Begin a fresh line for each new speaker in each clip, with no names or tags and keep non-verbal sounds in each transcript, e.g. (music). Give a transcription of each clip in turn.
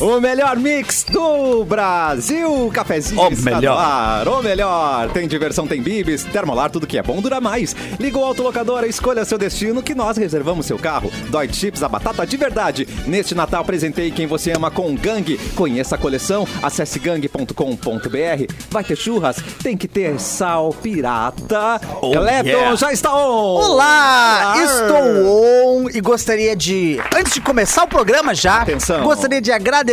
O melhor mix do Brasil, cafezinho
O
está
melhor.
no ar. O melhor, tem diversão, tem bibis, termolar, tudo que é bom dura mais. Liga o autolocadora, escolha seu destino que nós reservamos seu carro. Dói Chips, a batata de verdade. Neste Natal, presentei quem você ama com Gang. Conheça a coleção, acesse gang.com.br. Vai ter churras, tem que ter sal pirata.
Oh,
Clapton
yeah.
já está on!
Olá,
Ar.
estou on e gostaria de, antes de começar o programa já,
Atenção.
gostaria de agradecer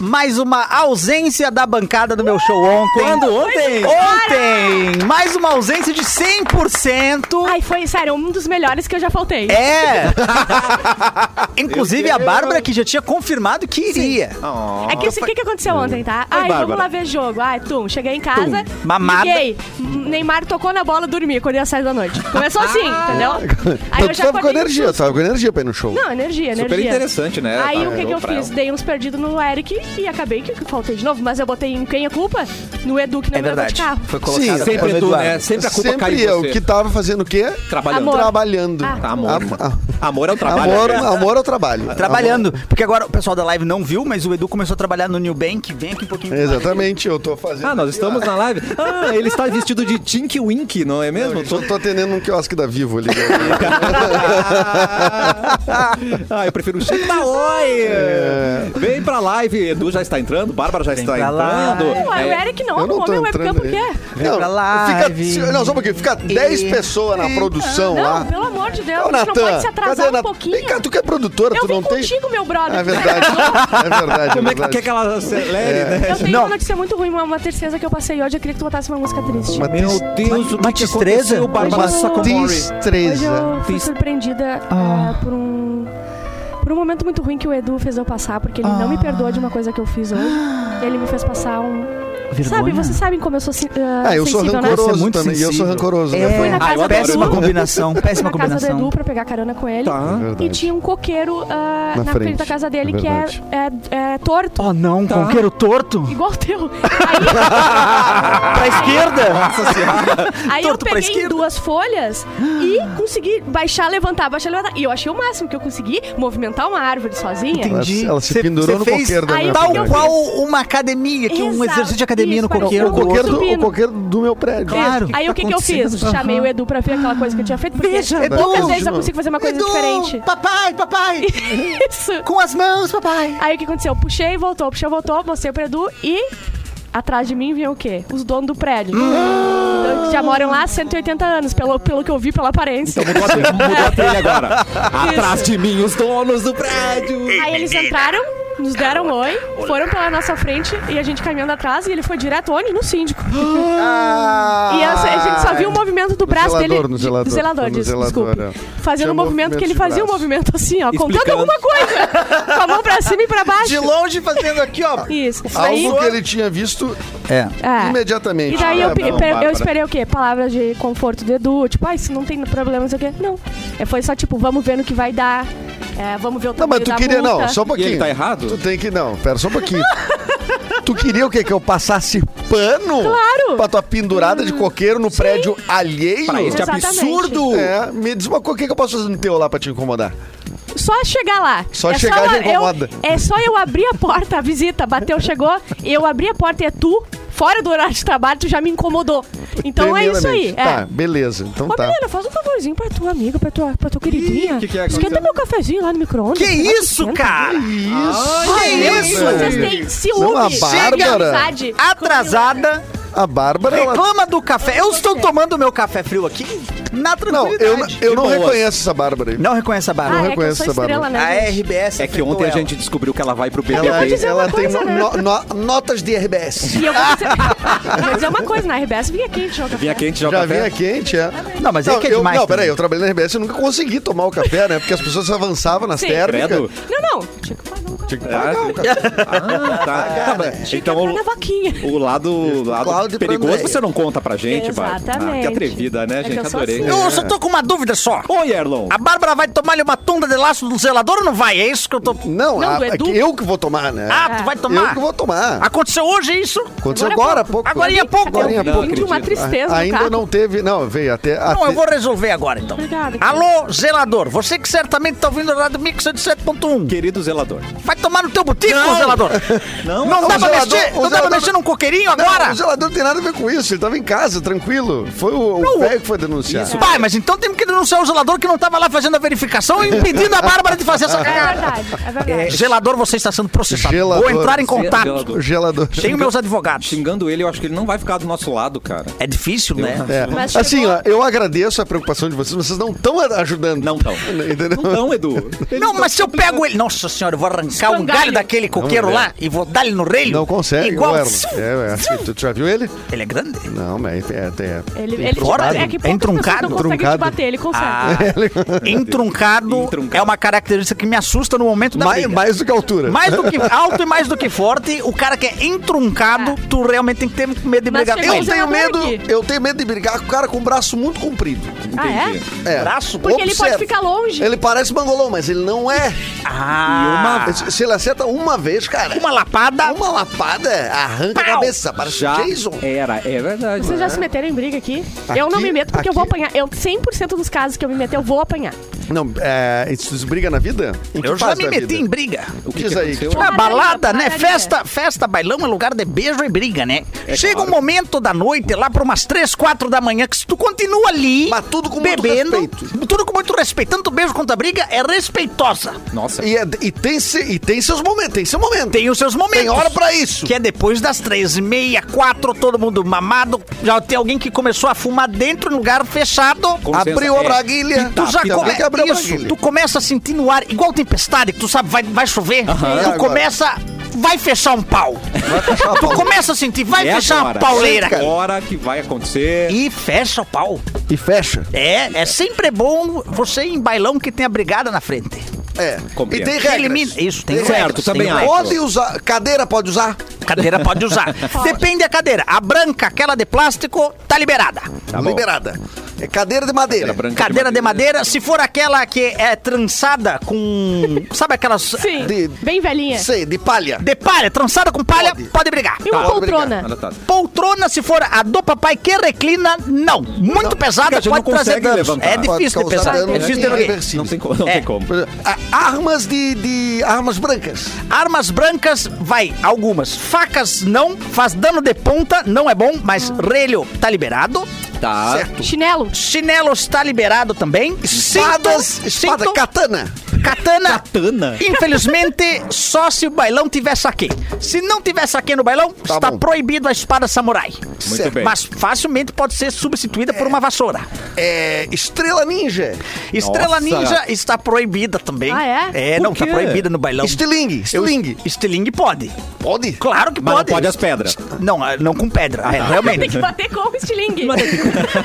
mais uma ausência da bancada do meu show ontem.
Quando ontem?
Ontem! Mais uma ausência de 100%.
Ai, foi, sério, um dos melhores que eu já faltei.
(laughs)
É! Inclusive
Meu
a
Deus.
Bárbara que já tinha confirmado que iria.
Oh.
É que o que, que aconteceu ontem, tá? Ai,
Bárbara.
vamos lá ver jogo. Ai, tum, cheguei em casa.
Mamada.
Liguei. M- Neymar tocou na bola, dormi quando ia sair da noite. Começou assim, entendeu?
Então tu tava com
acordei no
energia, tu tava com energia pra ir no show.
Não, energia, energia.
Super interessante, né?
Aí
Tá,
o que, que eu
pra
fiz?
ela.
Dei uns perdidos no Eric e acabei que faltei de novo, mas eu botei em quem é culpa? No Edu que não
É
me levou
verdade.
de carro.
Foi colocado
Sim,
Sempre
pelo
tu,
Eduardo.
né? Sempre a culpa
Sempre
cai em
eu,
você.
que tava fazendo o quê?
Trabalhando. Tá,
Amor.
Trabalhando.
Ah,
Amor.
Am-
Amor é o trabalho.
Amor,
né?
amor ao trabalho.
Trabalhando,
Tá
porque agora o pessoal da live não viu, mas o Edu começou a trabalhar no New Bank. Vem aqui um pouquinho.
Amor. Exatamente, eu tô fazendo.
Ah, nós estamos na live. Ah, ele está vestido de Tink Wink, não é mesmo?
Eu tô, tô atendendo um quiosque da
(laughs)
Vivo ali.
ah, eu prefiro o Chico da Oi. Vem pra live, Edu já está entrando, Bárbara já está
pra
entrando.
Não, é o
É,
Eric não, o homem é webcam por quê?
Vem pra live.
Fica, não, só um pouquinho. Fica 10 pessoas na produção lá.
Não, pelo amor de Deus,
Ô,
a gente não pode se
cadê a
atrasar um
Nat-
pouquinho.
Vem cá, tu que é produtora,
Eu
tu não
vim
tem...
contigo, meu brother. (laughs)
É verdade, é
como
verdade.
é que tu
verdade.
quer que ela acelere, né?
Eu tenho
Não.
uma notícia muito ruim, uma, uma tristeza que eu passei hoje. Eu queria que tu botasse uma música triste.
Uma
Meu
tis-
Deus, o
Uma
que
destreza?
aconteceu, Bárbara
Mas-
Sacomori?
Hoje
destreza.
eu fui
Triste.
surpreendida
Ah.
eh, por um. Por um momento muito ruim que o Edu fez eu passar, porque ele
Ah.
não me perdoa de uma coisa que eu fiz hoje. Ele me fez passar um. Sabe, vocês sabem como eu sou sen- eh,
Ah, eu sou
sensível, né?
Você é
rancoroso
muito
também. Eu sou
sensível.
rancoroso.
É,
né?
fui na
Ah,
casa do
péssima
Edu.
combinação, péssima
na casa do
combinação.
Edu pra pegar carona com ele.
Tá.
E
Verdade.
tinha um coqueiro ah,
Na
na, frente.
frente.
da casa dele
É
que é, é- é torto,
Oh não,
Tá.
conqueiro torto?
igual o
(laughs)
teu. Aí,
pra esquerda?
aí eu
Torto pra
peguei
esquerda.
duas folhas e consegui baixar, levantar, baixar, levantar. E eu achei o máximo que eu consegui movimentar uma árvore sozinha.
Ela-
Entendi.
ela se
Cê-
pendurou
cê
no
fez
coqueiro da
Aí
minha
eu-
Tal
filha.
qual uma academia, que um
Exato,
exercício de academia
isso,
no
parece um
coqueiro.
O coqueiro, do, o
Subindo.
coqueiro do meu prédio.
Claro.
Isso. Aí
Tá
o que, que eu fiz?
acontecendo?
Chamei o Edu pra ver aquela coisa que eu tinha feito, porque
Veja,
poucas
Edu.
vezes eu consigo fazer uma coisa diferente.
papai, papai,
(laughs) Isso.
com as mãos, papai.
Aí o que aconteceu? Eu puxei e voltou, puxei e voltou, mostrei pro Edu e atrás de mim vinha o quê? Os donos do prédio.
Ah!
Então, que já moram lá há 180 anos, pelo, pelo que eu vi, pela aparência.
Então Mudou a
(laughs)
trilha, mudou a trilha agora. Atrás de mim, os donos do prédio.
Aí eles entraram, nos deram um oi, foram pela nossa frente e a gente caminhando atrás e ele foi direto onde? No síndico. E
Ah,
a, a gente só viu o movimento do braço
zelador,
dele.
no
de-
zelador.
do zelador,
Foi no
diz-
zelador,
desculpe.
é.
Fazendo
Tinha
um movimento que ele
movimento de
fazia um
braço.
movimento assim, ó, contando
Explicando.
alguma
(laughs)
coisa. Com a mão pra cima e pra baixo.
De longe fazendo aqui, ó.
Isso. Aí-
Algo que ele tinha visto
É.
É.
imediatamente.
E daí
Ah,
eu, pe-
não,
pe- eu
Bárbara.
esperei o quê? Palavras de conforto do Edu, tipo, ah, isso não tem problema, não sei o quê. Não. É, foi só tipo, vamos ver no que vai dar. é, vamos ver o
Não,
tamanho
mas tu
da
queria...
multa.
Não, só um
E
pouquinho.
ele tá errado?
Tu tem que... Não, pera só
(laughs)
um pouquinho. tu queria o quê? Que eu passasse pano?
Claro. Hum,
Pra tua pendurada de coqueiro no prédio alheio?
Pra este
Exatamente.
absurdo.
É, me diz uma coisa, o que, que eu posso fazer no teu lá pra te incomodar?
Só chegar lá.
Só chegar
eu-
já
eu-
incomoda.
é só eu abrir a porta, a visita bateu, chegou, eu abri a porta e é tu, fora do horário de trabalho, tu já me incomodou. Então é isso aí.
Primeiramente. Tá,
É.
beleza. Então
Ô,
tá.
menina, faz um favorzinho pra tua amiga, pra tua, pra tua queridinha.
que que é que
Esquenta
aconteceu?
meu cafezinho lá no micro-ondas.
Que
Tá
isso,
esquenta.
cara?
Ai,
Que
meu
isso?
Deus, Vocês têm ciúme.
Não, a
de
Bárbara.
amizade.
Atrasada,
A Bárbara, ela
reclama do café. Eu estou tomando meu café frio aqui na
Não,
tranquilidade.
eu, eu não
boas.
reconheço essa Bárbara aí.
Não reconheço a
Ah,
Bárbara.
é que eu
reconheço
sou
essa
estrela,
Bárbara.
né,
A
gente?
RBS
É que ontem a
afetou
gente descobriu que ela vai pro
Ela,
BBB.
dizer uma
ela tem
coisa,
no-
né?
no- no- notas de RBS.
E eu vou dizer, eu vou dizer (laughs) é uma coisa, na RBS vinha quente jogar
Vinha quente, joga
Já
café.
vinha quente, é.
ela. Não, mas é
Não,
que é
eu,
demais.
não,
também.
peraí, eu trabalhei na RBS e nunca consegui tomar o café, né? Porque as pessoas avançavam nas
Sim.
térmicas.
Credo.
Não, não. Tinha que pagar um café.
Ah, ah, tá. Tá, mas
Tinha que
Então
entrar na
o,
vaquinha.
o lado, o lado
Cláudio
perigoso
Brandão.
você não conta pra gente, Bárbara.
Exatamente.
Ah, que atrevida, né,
É que
gente?
eu sou
Adorei.
assim.
Eu só tô com uma dúvida só.
Oi, Erlon.
A Bárbara vai tomar-lhe uma tunda de laço do zelador ou não vai? É isso que eu tô.
Não,
Não,
a-
do
a-
Edu.
eu que vou tomar, né?
Ah, tu vai
eu
tomar?
que vou tomar.
Aconteceu hoje isso?
Aconteceu agora, há pouco.
Agora e há pouco.
Agora e há
Deu
pouco.
vinte e uma tristeza no
Ainda
carro.
não teve. Não, veio até.
Não,
até-
eu vou resolver agora então.
Obrigada.
Alô, zelador, você que certamente tá ouvindo o Rádio Mix 87.1.
Querido zelador.
Vai Vai tomar no teu botico,
Não.
(laughs)
zelador.
Não.
Não dá
O
pra
zelador-
mexer,
o
não dá pra
zelador-
mexer num coqueirinho
Não,
agora?
o zelador não tem nada a ver com isso. Ele tava em casa, tranquilo. Foi o- o
Não,
velho que foi denunciar.
Isso.
Pai, mas então temos que denunciar o zelador que não tava lá fazendo a verificação e impedindo a Bárbara de fazer essa
É
cagada.
verdade, é
É,
verdade.
zelador, você está sendo processado.
Gelador.
Vou entrar em contato.
Zelador.
O gelador.
Tenho meus advogados.
Xingando ele, eu acho que ele não vai ficar do nosso lado, cara.
É difícil, né?
É.
Mas
Assim,
chegou-
ó, eu agradeço a preocupação de vocês, mas vocês não estão ajudando.
Não tão.
Entendeu?
Não tão, Edu. Eles
Não,
tão-
mas se eu pego ele. Nossa senhora, eu vou arrancar um galho daquele coqueiro
Não,
lá e vou dar ele no relho.
Não consegue,
Igual.
o Erlon. É, é, assim, tu tu já viu ele?
Ele é grande.
Não, mas (laughs) é. é,
Ele,
tem
ele te
Troncado?
bate- é que poucas
Entruncado?
pessoas não conseguem te
Truncado?
bater, ele consegue.
Ah,
é
entruncado,
Entruncado.
é uma característica que me assusta no momento da
mais,
briga.
mais do que a altura.
Mais do que alto e mais do que forte, o cara que é entruncado, tu realmente tem que ter medo de
Mas
brigar
chegou
com
Eu
o
ele.
tenho
zelador
medo,
aqui.
eu tenho medo de brigar com o cara com o braço muito comprido.
(laughs) Ah, é?
Entendi.
É.
Braço?
Porque ele pode ficar longe.
Ele parece mangolão, mas ele não é.
Ah,
Uma- se- se ele acerta uma vez, cara,
uma lapada.
uma lapada arranca a
Pau!
cabeça, parece
Já
Jason.
era, é verdade.
Vocês já se meteram em briga aqui? eu não
Aqui-
me meto porque eu vou
aqui-
apanhar. Eu, 100% dos casos que eu me meter, eu vou apanhar.
Não, é, isso briga na vida? Em que
Eu já
fase
me
da
meti
vida?
em briga.
O que,
Diz
que
aí.
aconteceu?
Tipo,
Ah, balada, né?
padaria.
Festa, festa, bailão é lugar de beijo e briga, né?
É
Chega
claro.
um momento da noite, lá por umas 3, 4 da manhã, que se tu continua ali,
Mas tudo com muito
bebendo,
respeito.
tudo com muito respeito, tanto beijo quanto a briga, é respeitosa.
Nossa.
E, é- e tem, se- e tem seus momentos, tem seu momento.
Tem os seus momentos.
Tem hora pra isso.
Que é depois das três e meia, quatro, todo mundo mamado. Já tem alguém que começou a fumar dentro em lugar fechado.
Com
Abriu
licença,
a
é.
braguilha.
Tu já
Tem
come...
alguém que abriu a
Isso,
braguilha.
tu começa a sentir no ar, igual tempestade, que tu sabe, vai, vai chover.
E
Tu
agora?
começa. Vai fechar um pau. tu começa a sentir, vai
É
fechar
agora.
uma pauleira.
cara.
Agora que vai acontecer.
E fecha o pau.
E fecha.
É, é sempre bom você ir em bailão que tem a brigada na frente.
É.
Compreendo.
E tem
Que
regras.
elimina. Isso, tem
Certo,
regras,
também
tem
acho.
regras.
Pode usar. Cadeira pode usar?
Cadeira pode usar. Depende da cadeira. A branca, aquela de plástico, tá liberada.
Tá bom.
Liberada. É cadeira de madeira.
Era branca
Cadeira de madeira, se for aquela que é trançada com. Sabe aquelas.
Sim.
De-
Bem velhinha.
Sei, de palha.
De palha, trançada com palha,
Pode.
pode, brigar.
E uma
Tá,
poltrona.
Olha, tá.
Poltrona, se for a do papai que reclina, não. Muito pesada,
Porque você
pode
não
trazer
consegue
danos.
levantar.
É
Pode
difícil de
Ah, causar
pesar.
danos
É difícil
né?
de derrubar.
irreversíveis.
Não tem como. Não
É.
tem como.
Por exemplo, a- Armas de, de- Armas brancas.
Armas brancas, vai, algumas. Facas, não. Faz dano de ponta, não é bom, mas
Hum.
relho tá liberado.
Tá.
Ah,
Certo.
Chinelo.
Chinelos tá liberado também.
Espadas.
Cinto-
Espada.
cinto-
Katana.
Katana.
Katana?
Infelizmente, só se o bailão tiver saque. Se não tiver saque no bailão, está
bom.
proibido a espada samurai.
Muito Tá bem.
Mas facilmente pode ser substituída por uma vassoura.
É, estrela ninja.
Nossa.
Estrela ninja está proibida também.
Ah, é?
É,
Por
não, está
quê?
proibida no bailão.
Estilingue. Estilingue.
Estilingue pode.
Pode?
Claro que
Mas não
pode.
pode as pedras.
Não, ah, não com pedra.
(laughs)
é,
Tem
realmente.
que bater com o estilingue.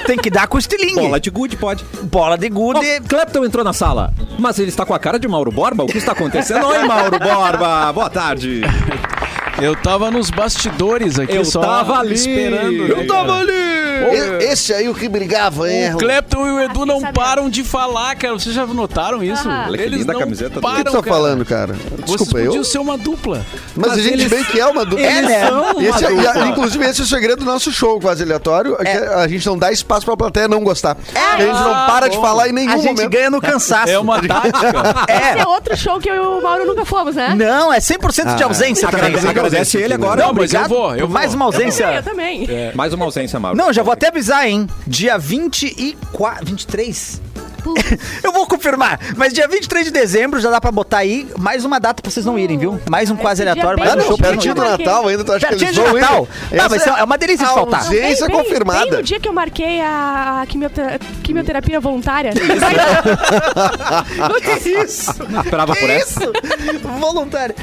Tem que dar com estilingue.
Bola de gude, pode.
Bola de gude.
Oh, Clapton entrou na sala, mas ele está com a cara de Mauro Borba? O que está acontecendo? Oi, Mauro Borba! Boa tarde!
Eu tava nos bastidores aqui
Eu
só
tava ali!
esperando. né,
Eu tava
cara?
ali!
E- Esse aí o que brigava, hein?
O Clepton e o Edu
Assim,
não
sabe?
param de falar, cara. Vocês já notaram isso?
Aham.
Olha que linda a camiseta dele.
O que
param,
tu tá
cara.
falando, cara?
Vocês
Desculpa, eu.
podiam ser uma dupla.
Mas, a
Mas
gente
eles-
bem que é uma dupla.
eles são uma
Esse é-
dupla.
e a- inclusive, esse é o segredo do nosso show quase aleatório. É. que a gente não dá espaço pra plateia não gostar. a gente não
Ah,
para de
bom.
falar em nenhum
A gente
momento.
ganha no cansaço.
(laughs)
É uma tática.
Esse
É.
é outro show que eu e o Mauro nunca fomos, né?
Não, é 100% de ausência também.
Ah. Agradece, agradece ele agora.
Não, mas eu vou, eu
Por
vou.
Mais uma
Eu também,
ausência.
eu também.
É. Mais uma ausência, Mauro.
Não, já vou até avisar, hein? Dia 24. 23? (laughs) Eu vou confirmar, mas dia 23 de dezembro já dá pra botar aí mais uma data pra vocês não irem, viu? Mais um quase
Esse dia
aleatório,
bem
mais
Ah,
um
no
não,
show
dia
pra não
pertinho
ir.
do
eu marquei.
Natal ainda, tu acha que
Pertinho
eles
de
vão ir?
Natal. Tá,
Essa
mas é uma delícia de
a
faltar.
Bem,
ausência
bem- Bem
confirmada.
no dia que eu marquei a quimiotera- quimioterapia voluntária.
Isso! (laughs)
Brava por essa?
Isso! Voluntário.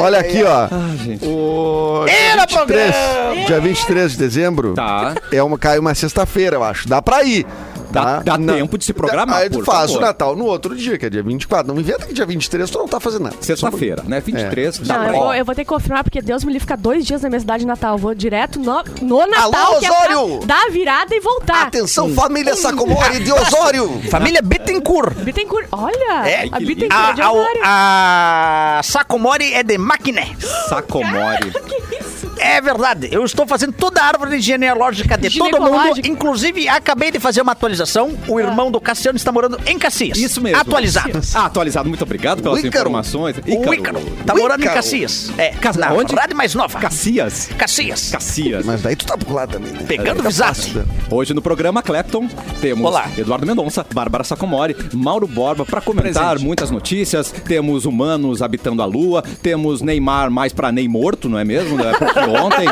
Olha aqui, ó.
Ah, gente.
O
Era
dia 23,
programa!
dia 23 de dezembro.
Tá.
É uma, cai uma sexta-feira, eu acho. Dá pra ir.
Dá-
Tá?
dá
Não.
tempo de se programar,
Aí tu
por
faz o
favor.
Natal no outro dia, que é dia 24. Não inventa que dia 23 tu não tá fazendo nada.
Sexta-feira, né? 23. dá
É. Não,
pra
eu
ir.
vou, eu vou ter que confirmar, porque Deus me livre ficar dois dias na minha cidade de Natal. Eu vou direto no, no Natal,
Alô,
que é pra
Osório!
dar a virada e voltar.
Atenção, família Sacomori de Osório.
Família Bittencourt.
Bittencourt, olha!
É,
a
que
Bittencourt de
A,
Osório.
a, a Sacomori é de Maquiné.
Sacomore.
Que isso?
É verdade. Eu estou fazendo toda a árvore genealógica de todo mundo.
Ginecológica.
Inclusive, acabei de fazer uma atualização.
Ah.
O irmão do Cassiano está morando em Cacias.
Isso mesmo.
Atualizado.
Ah, atualizado. Muito obrigado pelas
O Ícaro.
informações.
O Ícaro está
O
morando em
Ícaro.
Cacias. É,
Cas-
na
aonde?
Rádio Mais Nova.
Cacias.
Cacias.
Cacias.
Mas daí tu tá por lá também, né?
Pegando
Tá
visace.
fácil, né?
Hoje no programa Clapton temos
Olá.
Eduardo Mendonça, Bárbara Sacomori, Mauro Borba para comentar
Presente.
muitas notícias. Temos humanos habitando a lua, temos Neymar mais para Ney morto, não é mesmo? Né? Porque ontem.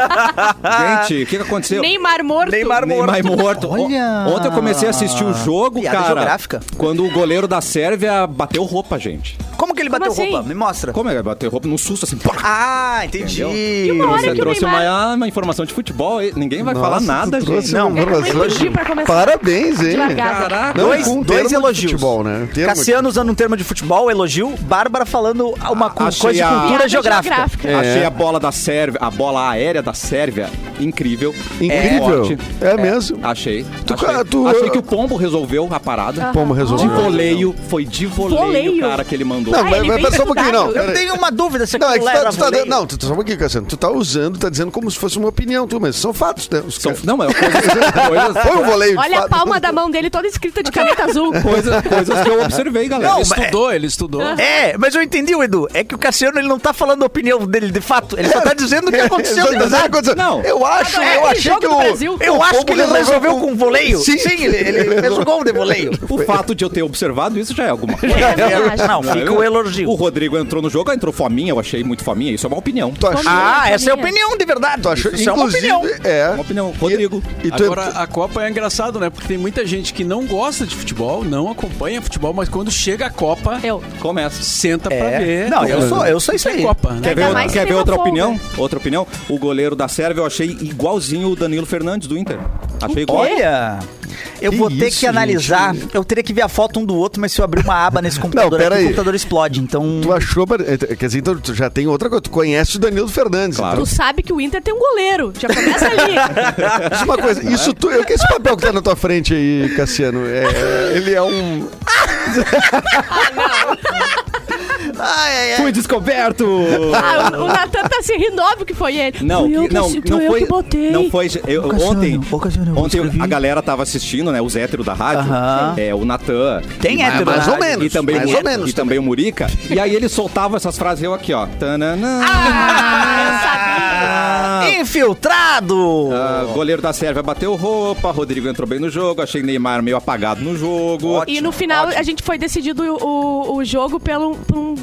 Gente, o que que aconteceu?
Neymar morto.
Neymar morto.
Neymar morto.
Olha!
O- Ontem eu comecei a assistir o jogo,
Piada
cara.
geográfica.
Quando o goleiro da Sérvia bateu roupa, gente.
Como que ele
Como
bateu
assim?
roupa? Me mostra.
Como é? Bateu roupa num susto assim. pá.
Ah, entendi.
Entendeu?
uma hora
Você
que o
trouxe
Neymar-
uma, uma informação de futebol, e ninguém vai falar
Nossa,
nada,
tu
gente.
trouxe um-
Não,
uma
eu não
informação.
entendi pra começar.
Parabéns, hein?
largada.
Caraca.
Não,
Dois-
com um
dois
termo de
elogios.
Futebol, né? Um termo de-
Cassiano usando um termo de futebol, elogio. Bárbara falando
Ah,
uma cu-
achei
coisa de
a-
cultura
Piada
geográfica.
é
É.
geográfica.
Achei a bola da Sérvia, a bola aérea da Sérvia incrível.
Incrível.
Forte.
É, mesmo.
Achei.
Tu-
achei.
tu-
Achei que o Pombo resolveu a parada.
Como resolveu?
De voleio, foi de voleio,
Voleio.
cara, que ele mandou.
Não,
Ah,
mas,
ele
mas,
vem
mas só um pouquinho, não.
estudado.
peraí.
Eu tenho uma dúvida se
Não, é que
aquilo
tu tá,
era
tu tá
voleio.
dando- não, tu, tu- só um pouquinho, Cassiano. Tu tá usando, tá dizendo como se fosse uma opinião tua, mas são fatos, né? Os
São-
caras-
não, é coisas, coisas,
Foi um voleio de
Olha a
fato. (laughs)
palma da mão dele toda escrita de caneta azul.
coisas, coisas que eu observei, galera.
Não,
Ele
Isso-
mas-
estudou, ele estudou.
É, mas eu entendi, o Edu. É que o Cassiano ele não tá falando a opinião dele de fato. Ele só tá dizendo o que aconteceu.
Só
de
dizendo
verdade.
o que aconteceu.
Não.
É, Eu acho,
É,
eu
aquele
achei
jogo
que
do
o...
Brasil.
Eu
o
acho
povo
que ele resolveu com voleio.
Sim.
ele, ele fez o gol de
(laughs)
voleio.
O fato de eu ter observado isso já é alguma coisa.
É verdade.
Não, fica o elogio.
O Rodrigo entrou no jogo, entrou fominha, eu achei muito fominha. Isso é uma opinião.
Tu achou?
Ah, essa é a
Minha.
opinião de verdade.
Tu achou?
Isso é uma
Inclusive,
opinião.
é.
Uma opinião. Rodrigo.
E tu
Agora, a Copa é engraçado, né? Porque tem muita gente que não gosta de futebol, não acompanha futebol, mas quando chega a Copa,
Eu.
Começa.
senta pra ver.
Não, eu sou, eu sou isso
Isso é
aí.
Copa, né?
Quer ver, outra-
mais
quer
se
ver
tem
outra
uma folga.
opinião? Outra opinião? O goleiro da Sérvia eu achei igualzinho o Danilo Fernandes do Inter. Achei igual.
Olha, eu
Que
vou ter
isso,
que analisar. Eu teria que ver a foto um do outro, mas se eu abrir uma aba nesse computador,
pera
aqui,
aí.
o computador explode. Então,
Tu achou... Quer dizer, então tu já tem outra coisa. Tu conhece o Danilo Fernandes.
Claro.
então.
Tu sabe que o Inter tem um goleiro. Já começa ali.
Diz uma coisa, isso tu, eu- esse papel que tá na tua frente aí, Cassiano, é, ele é (laughs) um.
Ai, ai, ai.
Fui
(laughs)
descoberto!
Ah, o, o Natan tá se rindo, óbvio que foi ele.
Não,
Fui eu que
não,
se-
não
eu
foi.
que botei.
Não foi. eu-
Ô, Cassiano,
ontem,
ô, Cassiano, eu vou
ontem
escrever.
a galera tava assistindo, né? Os héteros da rádio.
Aham.
É, o Natan.
Tem
E- mas-
hétero na
mais ou
rádio.
menos. E também,
mais
o,
ou menos
E também o Murica. E aí ele soltava essas frases eu aqui, ó. Tananã.
Ah!
Ah,
Ah,
Infiltrado!
ah, goleiro da Sérvia bateu roupa, Rodrigo entrou bem no jogo, achei Neymar meio apagado no jogo.
E no final a gente foi decidido o, o, o jogo pelo, por um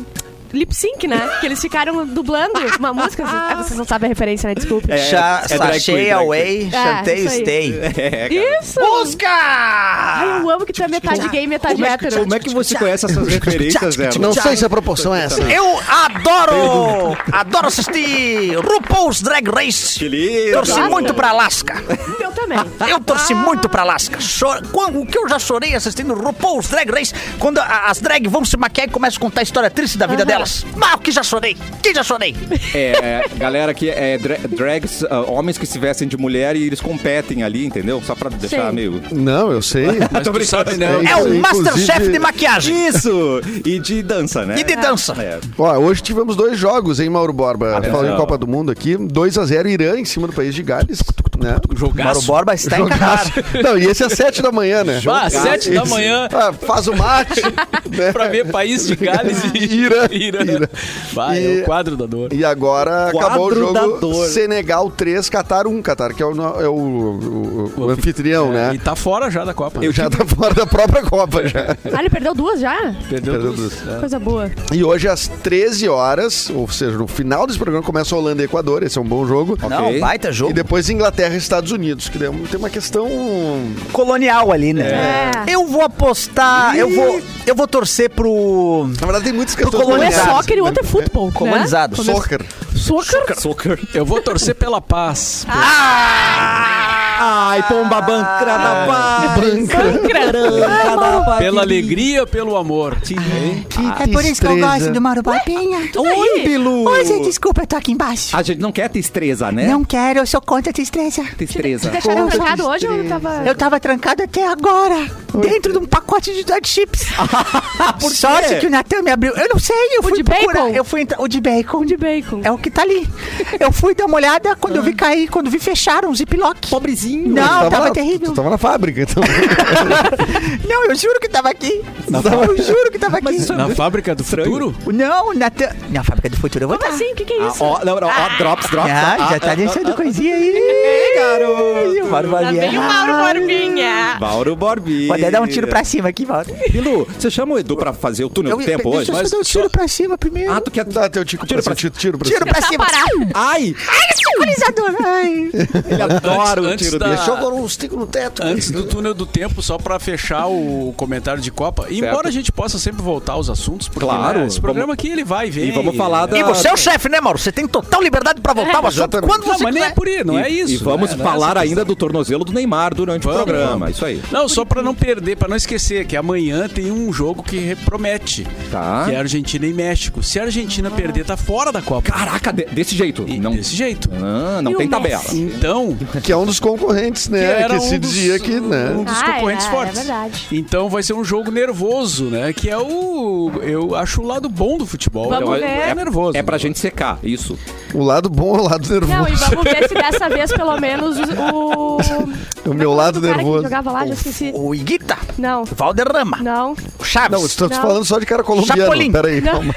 lip sync, né? Que eles ficaram dublando uma música. Ah, vocês não sabem a referência, né? Desculpa.
É,
Cha-
é drag queen,
sachei
drag
away, chantei
É, isso aí.
stay.
É, cara. Tipo,
Isso! Ai,
Busca!
eu amo que tu é metade gay, metade hétero.
Como é que você conhece essas referências, velho?
Não sei se a proporção é essa.
Eu adoro! adoro assistir RuPaul's Drag Race!
Que lindo!
Torci muito pra Alaska!
Eu também.
Eu torci muito pra Alaska. Chor... Quando- O que eu já chorei assistindo RuPaul's Drag Race, quando a- as drag vão se maquiar e começam a contar a história triste da vida delas. Ah, o que já chorei! Que já chorei!
É, galera que é dra- drags, ah, homens que se vestem de mulher e eles competem ali, entendeu? Só pra deixar
Sim.
meio.
Não, eu sei.
Mas tu sabe, né?
É
É o
Inclusive-
Masterchef de maquiagem
um Isso! E de dança, né?
e de dança.
É.
Ó, hoje tivemos dois jogos, hein, Mauro Borba?
Atenção.
Falando em Copa do Mundo aqui, 2x0 Irã em cima do país de Gales. Né?
Mauro
Jogaço.
Borba está em Catar.
(laughs) Não, e esse é às 7 da manhã, né?
Ah, às sete da
Esse-
manhã.
(laughs) Ah, faz o mate. né?
(laughs) pra ver país de Gales e
Ira.
(laughs) Ira.
Ira.
Vai,
E-
é o quadro da dor.
E agora
Quadro
acabou o
da
jogo
dor.
Senegal 3, Qatar 1, Qatar, que é o, no- é o- o- o- o anfitrião, né?
E tá fora já da Copa.
Eu já tá fora da própria Copa já.
Ah, ele perdeu duas já?
Perdeu
Perdeu
duas. É.
Coisa boa.
E hoje às 13 horas, ou seja, no final desse programa começa Holanda e Equador, esse é um bom jogo.
Não, baita
E
jogo.
depois Inglaterra e Estados Unidos, que tem uma questão.
Colonial ali, né?
É.
Eu vou apostar, eu vou, eu vou torcer pro
Na verdade, tem muitas questões.
Um é
colonizado.
colonizadas.
soccer e o outro é futebol. né?
colonizado.
Soccer.
Soccer?
Soccer.
Eu vou torcer pela paz.
Ah,
Ai, pomba bancra da
Ah, é
paz!
Pela alegria, pelo amor.
Ah,
É por isso que eu gosto do Mauro Barbinha.
Oi, Ah, Bilu!
Oi, gente, desculpa, eu tô aqui embaixo.
A gente não quer testreza, né?
Não quero, eu sou contra a tristeza.
Testreza. É.
Deixaram trancado hoje ou tava.
Eu tava trancado até agora. dentro de um pacote de dog chips.
por
Sorte
quê?
que o Natan me abriu. Eu não sei, eu fui
de
procurar.
bacon?
Eu fui entrar. O de bacon.
De bacon.
É o que tá ali. Eu fui dar uma olhada, quando eu vi cair, quando vi fecharam um ziplock.
Pobrezinho.
Não, tava,
na-
terrível.
Tu tava na fábrica, então.
Não, eu juro que tava aqui. Eu juro que tava aqui.
Na fábrica do futuro?
Não, Natan. Na fábrica do futuro eu vou
Como
estar.
assim? O que, que é
Ah,
isso?
ó, não, não, ó, drops, drops.
Ah, já tá deixando coisinha aí.
Ei, garoto.
Tá Mauro Borbinha.
Barbinha.
Mauro Borbi.
Pode até dar um tiro pra cima aqui, Mauro.
Bilu, você chama o Edu pra fazer o túnel do tempo hoje?
deixa eu
Mas-
só dar um tiro pra cima primeiro.
Ah, tu quer...
Dá teu tico
Tira
pra
pra
cima, tiro, tiro pra
tiro
cima.
pra cima.
Ai,
Pulverizador. Ai.
ele adora o
antes
tiro
da-
dele.
Deixou agora uns ticos um no teto.
Antes do túnel do tempo, só pra fechar o comentário de Copa, embora a gente possa sempre voltar aos assuntos, porque
Claro,
né, esse programa aqui ele vai e vem.
E vamos falar da...
E você é o chefe, né, Mauro? Você tem total liberdade pra voltar ao assunto
exatamente.
quando
Não,
você
mas nem é
quiser.
por aí, não é
E-
isso.
E vamos
né? Não é
falar
essa
ainda do tornozelo do Neymar durante
Vamos,
o programa.
vamos.
Isso aí.
Não, só pra não perder, pra não esquecer que amanhã tem um jogo que promete.
Tá.
Que é Argentina e México. Se a Argentina perder, tá fora da Copa.
Caraca, de- desse jeito.
E
não
Desse jeito.
Ah, não
E o
tem
Messi?
tabela.
Então,
Que é um dos concorrentes,
que
né?
era
Que, se
um dos-
dizia que, né?
Um dos
Ah,
concorrentes
é, é
fortes.
verdade.
Então vai ser um jogo nervoso, né? Que é o. Eu acho o lado bom do futebol.
Vamos
é,
ver.
é nervoso.
É pra gente secar, isso.
O lado bom é o lado
Não, e
nervoso.
vamos ver se dessa vez pelo menos
(laughs)
o.
o meu
Tá
lado
o cara
nervoso.
Que jogava lá, já esqueci.
O Iguita,
Não,
o Valderrama,
não,
o Chaves.
Não, você tá
Não.
falando só de cara colombiano.
Chapolin.
Peraí,
não.
calma.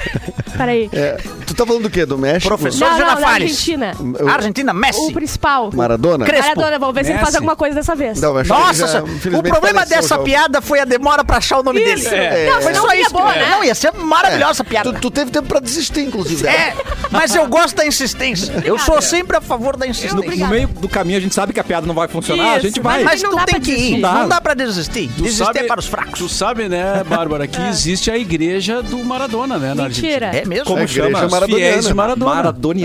Peraí.
É, tu tá falando do quê? Do México?
Professor.
Não,
Jorge
não, da
Nafares.
Argentina.
Eu-
Argentina,
O
Messi.
principal.
Maradona?
Crespo.
Maradona, vamos ver se ele faz
Messi.
alguma coisa dessa vez.
Não, mas
Nossa,
já,
o
infelizmente,
problema
faleceu
dessa
já o-
piada é foi a demora pra achar o nome dele.
Isso.
É.
Não, foi
Só
não ia
isso.
boa,
que-
né?
Não, ia ser maravilhosa a piada.
É, Tu, tu teve tempo pra desistir, inclusive.
É, mas eu gosto da insistência. Eu sou sempre a favor da
No,
insistência.
no meio do caminho a gente sabe que a piada não vai funcionar,
Isso,
a gente vai.
mas-
Mas tu
Não dá
tem
pra
que ir.
desistir.
Não dá.
Não dá pra desistir.
Tu
Desistir
sabe-
é para os
Tu
fracos.
sabe, né,
(laughs)
Bárbara, que existe a igreja do Maradona, né, na Argentina.
É. Mentira.
É mesmo?
Como
A igreja
chama?
Os fiéis de
maradoniana.
Maradona.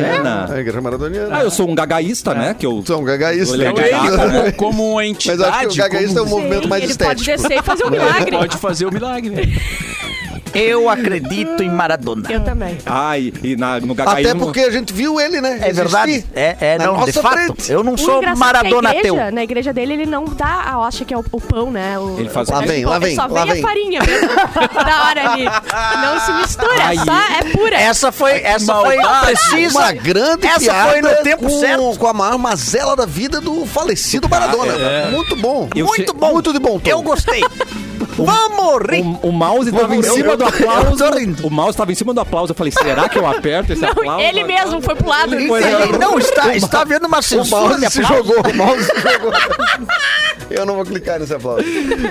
Maradoniana.
A igreja maradoniana.
É. Ah, eu sou um gagaísta, né? Que eu...
Tu é um gagaísta.
Ele é
Então, ele,
gagaísta,
como,
né?
como uma
Mas
entidade,
eu acho que o gagaísta é um
como- (laughs)
movimento mais
ele pode
estético.
descer e fazer um
ele
milagre.
É. pode fazer o milagre.
Eu acredito em Maradona.
Eu também.
Ai, e na, no gagaísmo...
Até porque a gente viu ele, né?
É verdade?
Existir.
É, é
Na
não, de
nossa
fato.
frente.
Eu não
O
sou
engraçado é que
Maradona
a
ateu.
igreja, Na igreja dele, ele não dá a hosta que é o, o pão, né? O-
Ele faz-
o-
Lá
o-
vem, lá vem,
Só
lá
vem
vem.
a farinha mesmo. da hora ali. Não se mistura,
Aí.
só é pura.
Essa foi, essa foi precisa.
Uma grande
essa
piada é
foi no tempo
com,
certo.
com a maior mazela da vida do falecido Maradona. Muito bom.
Eu
muito
sei-
bom. Muito de bom tom.
Eu
(laughs)
gostei. Vamos rir.
O, o mouse tava em
eu-
cima
eu
do
tô- eu
aplauso.
tô rindo.
O mouse tava em cima do aplauso. Eu falei, será que eu aperto esse
Não,
aplauso?
(laughs) ele mesmo foi pro lado.
Ele-
Pois é.
Ele não está, está havendo uma
O
censura de
mouse se
aplauso.
jogou. O mouse se jogou. Eu não vou clicar nesse aplauso.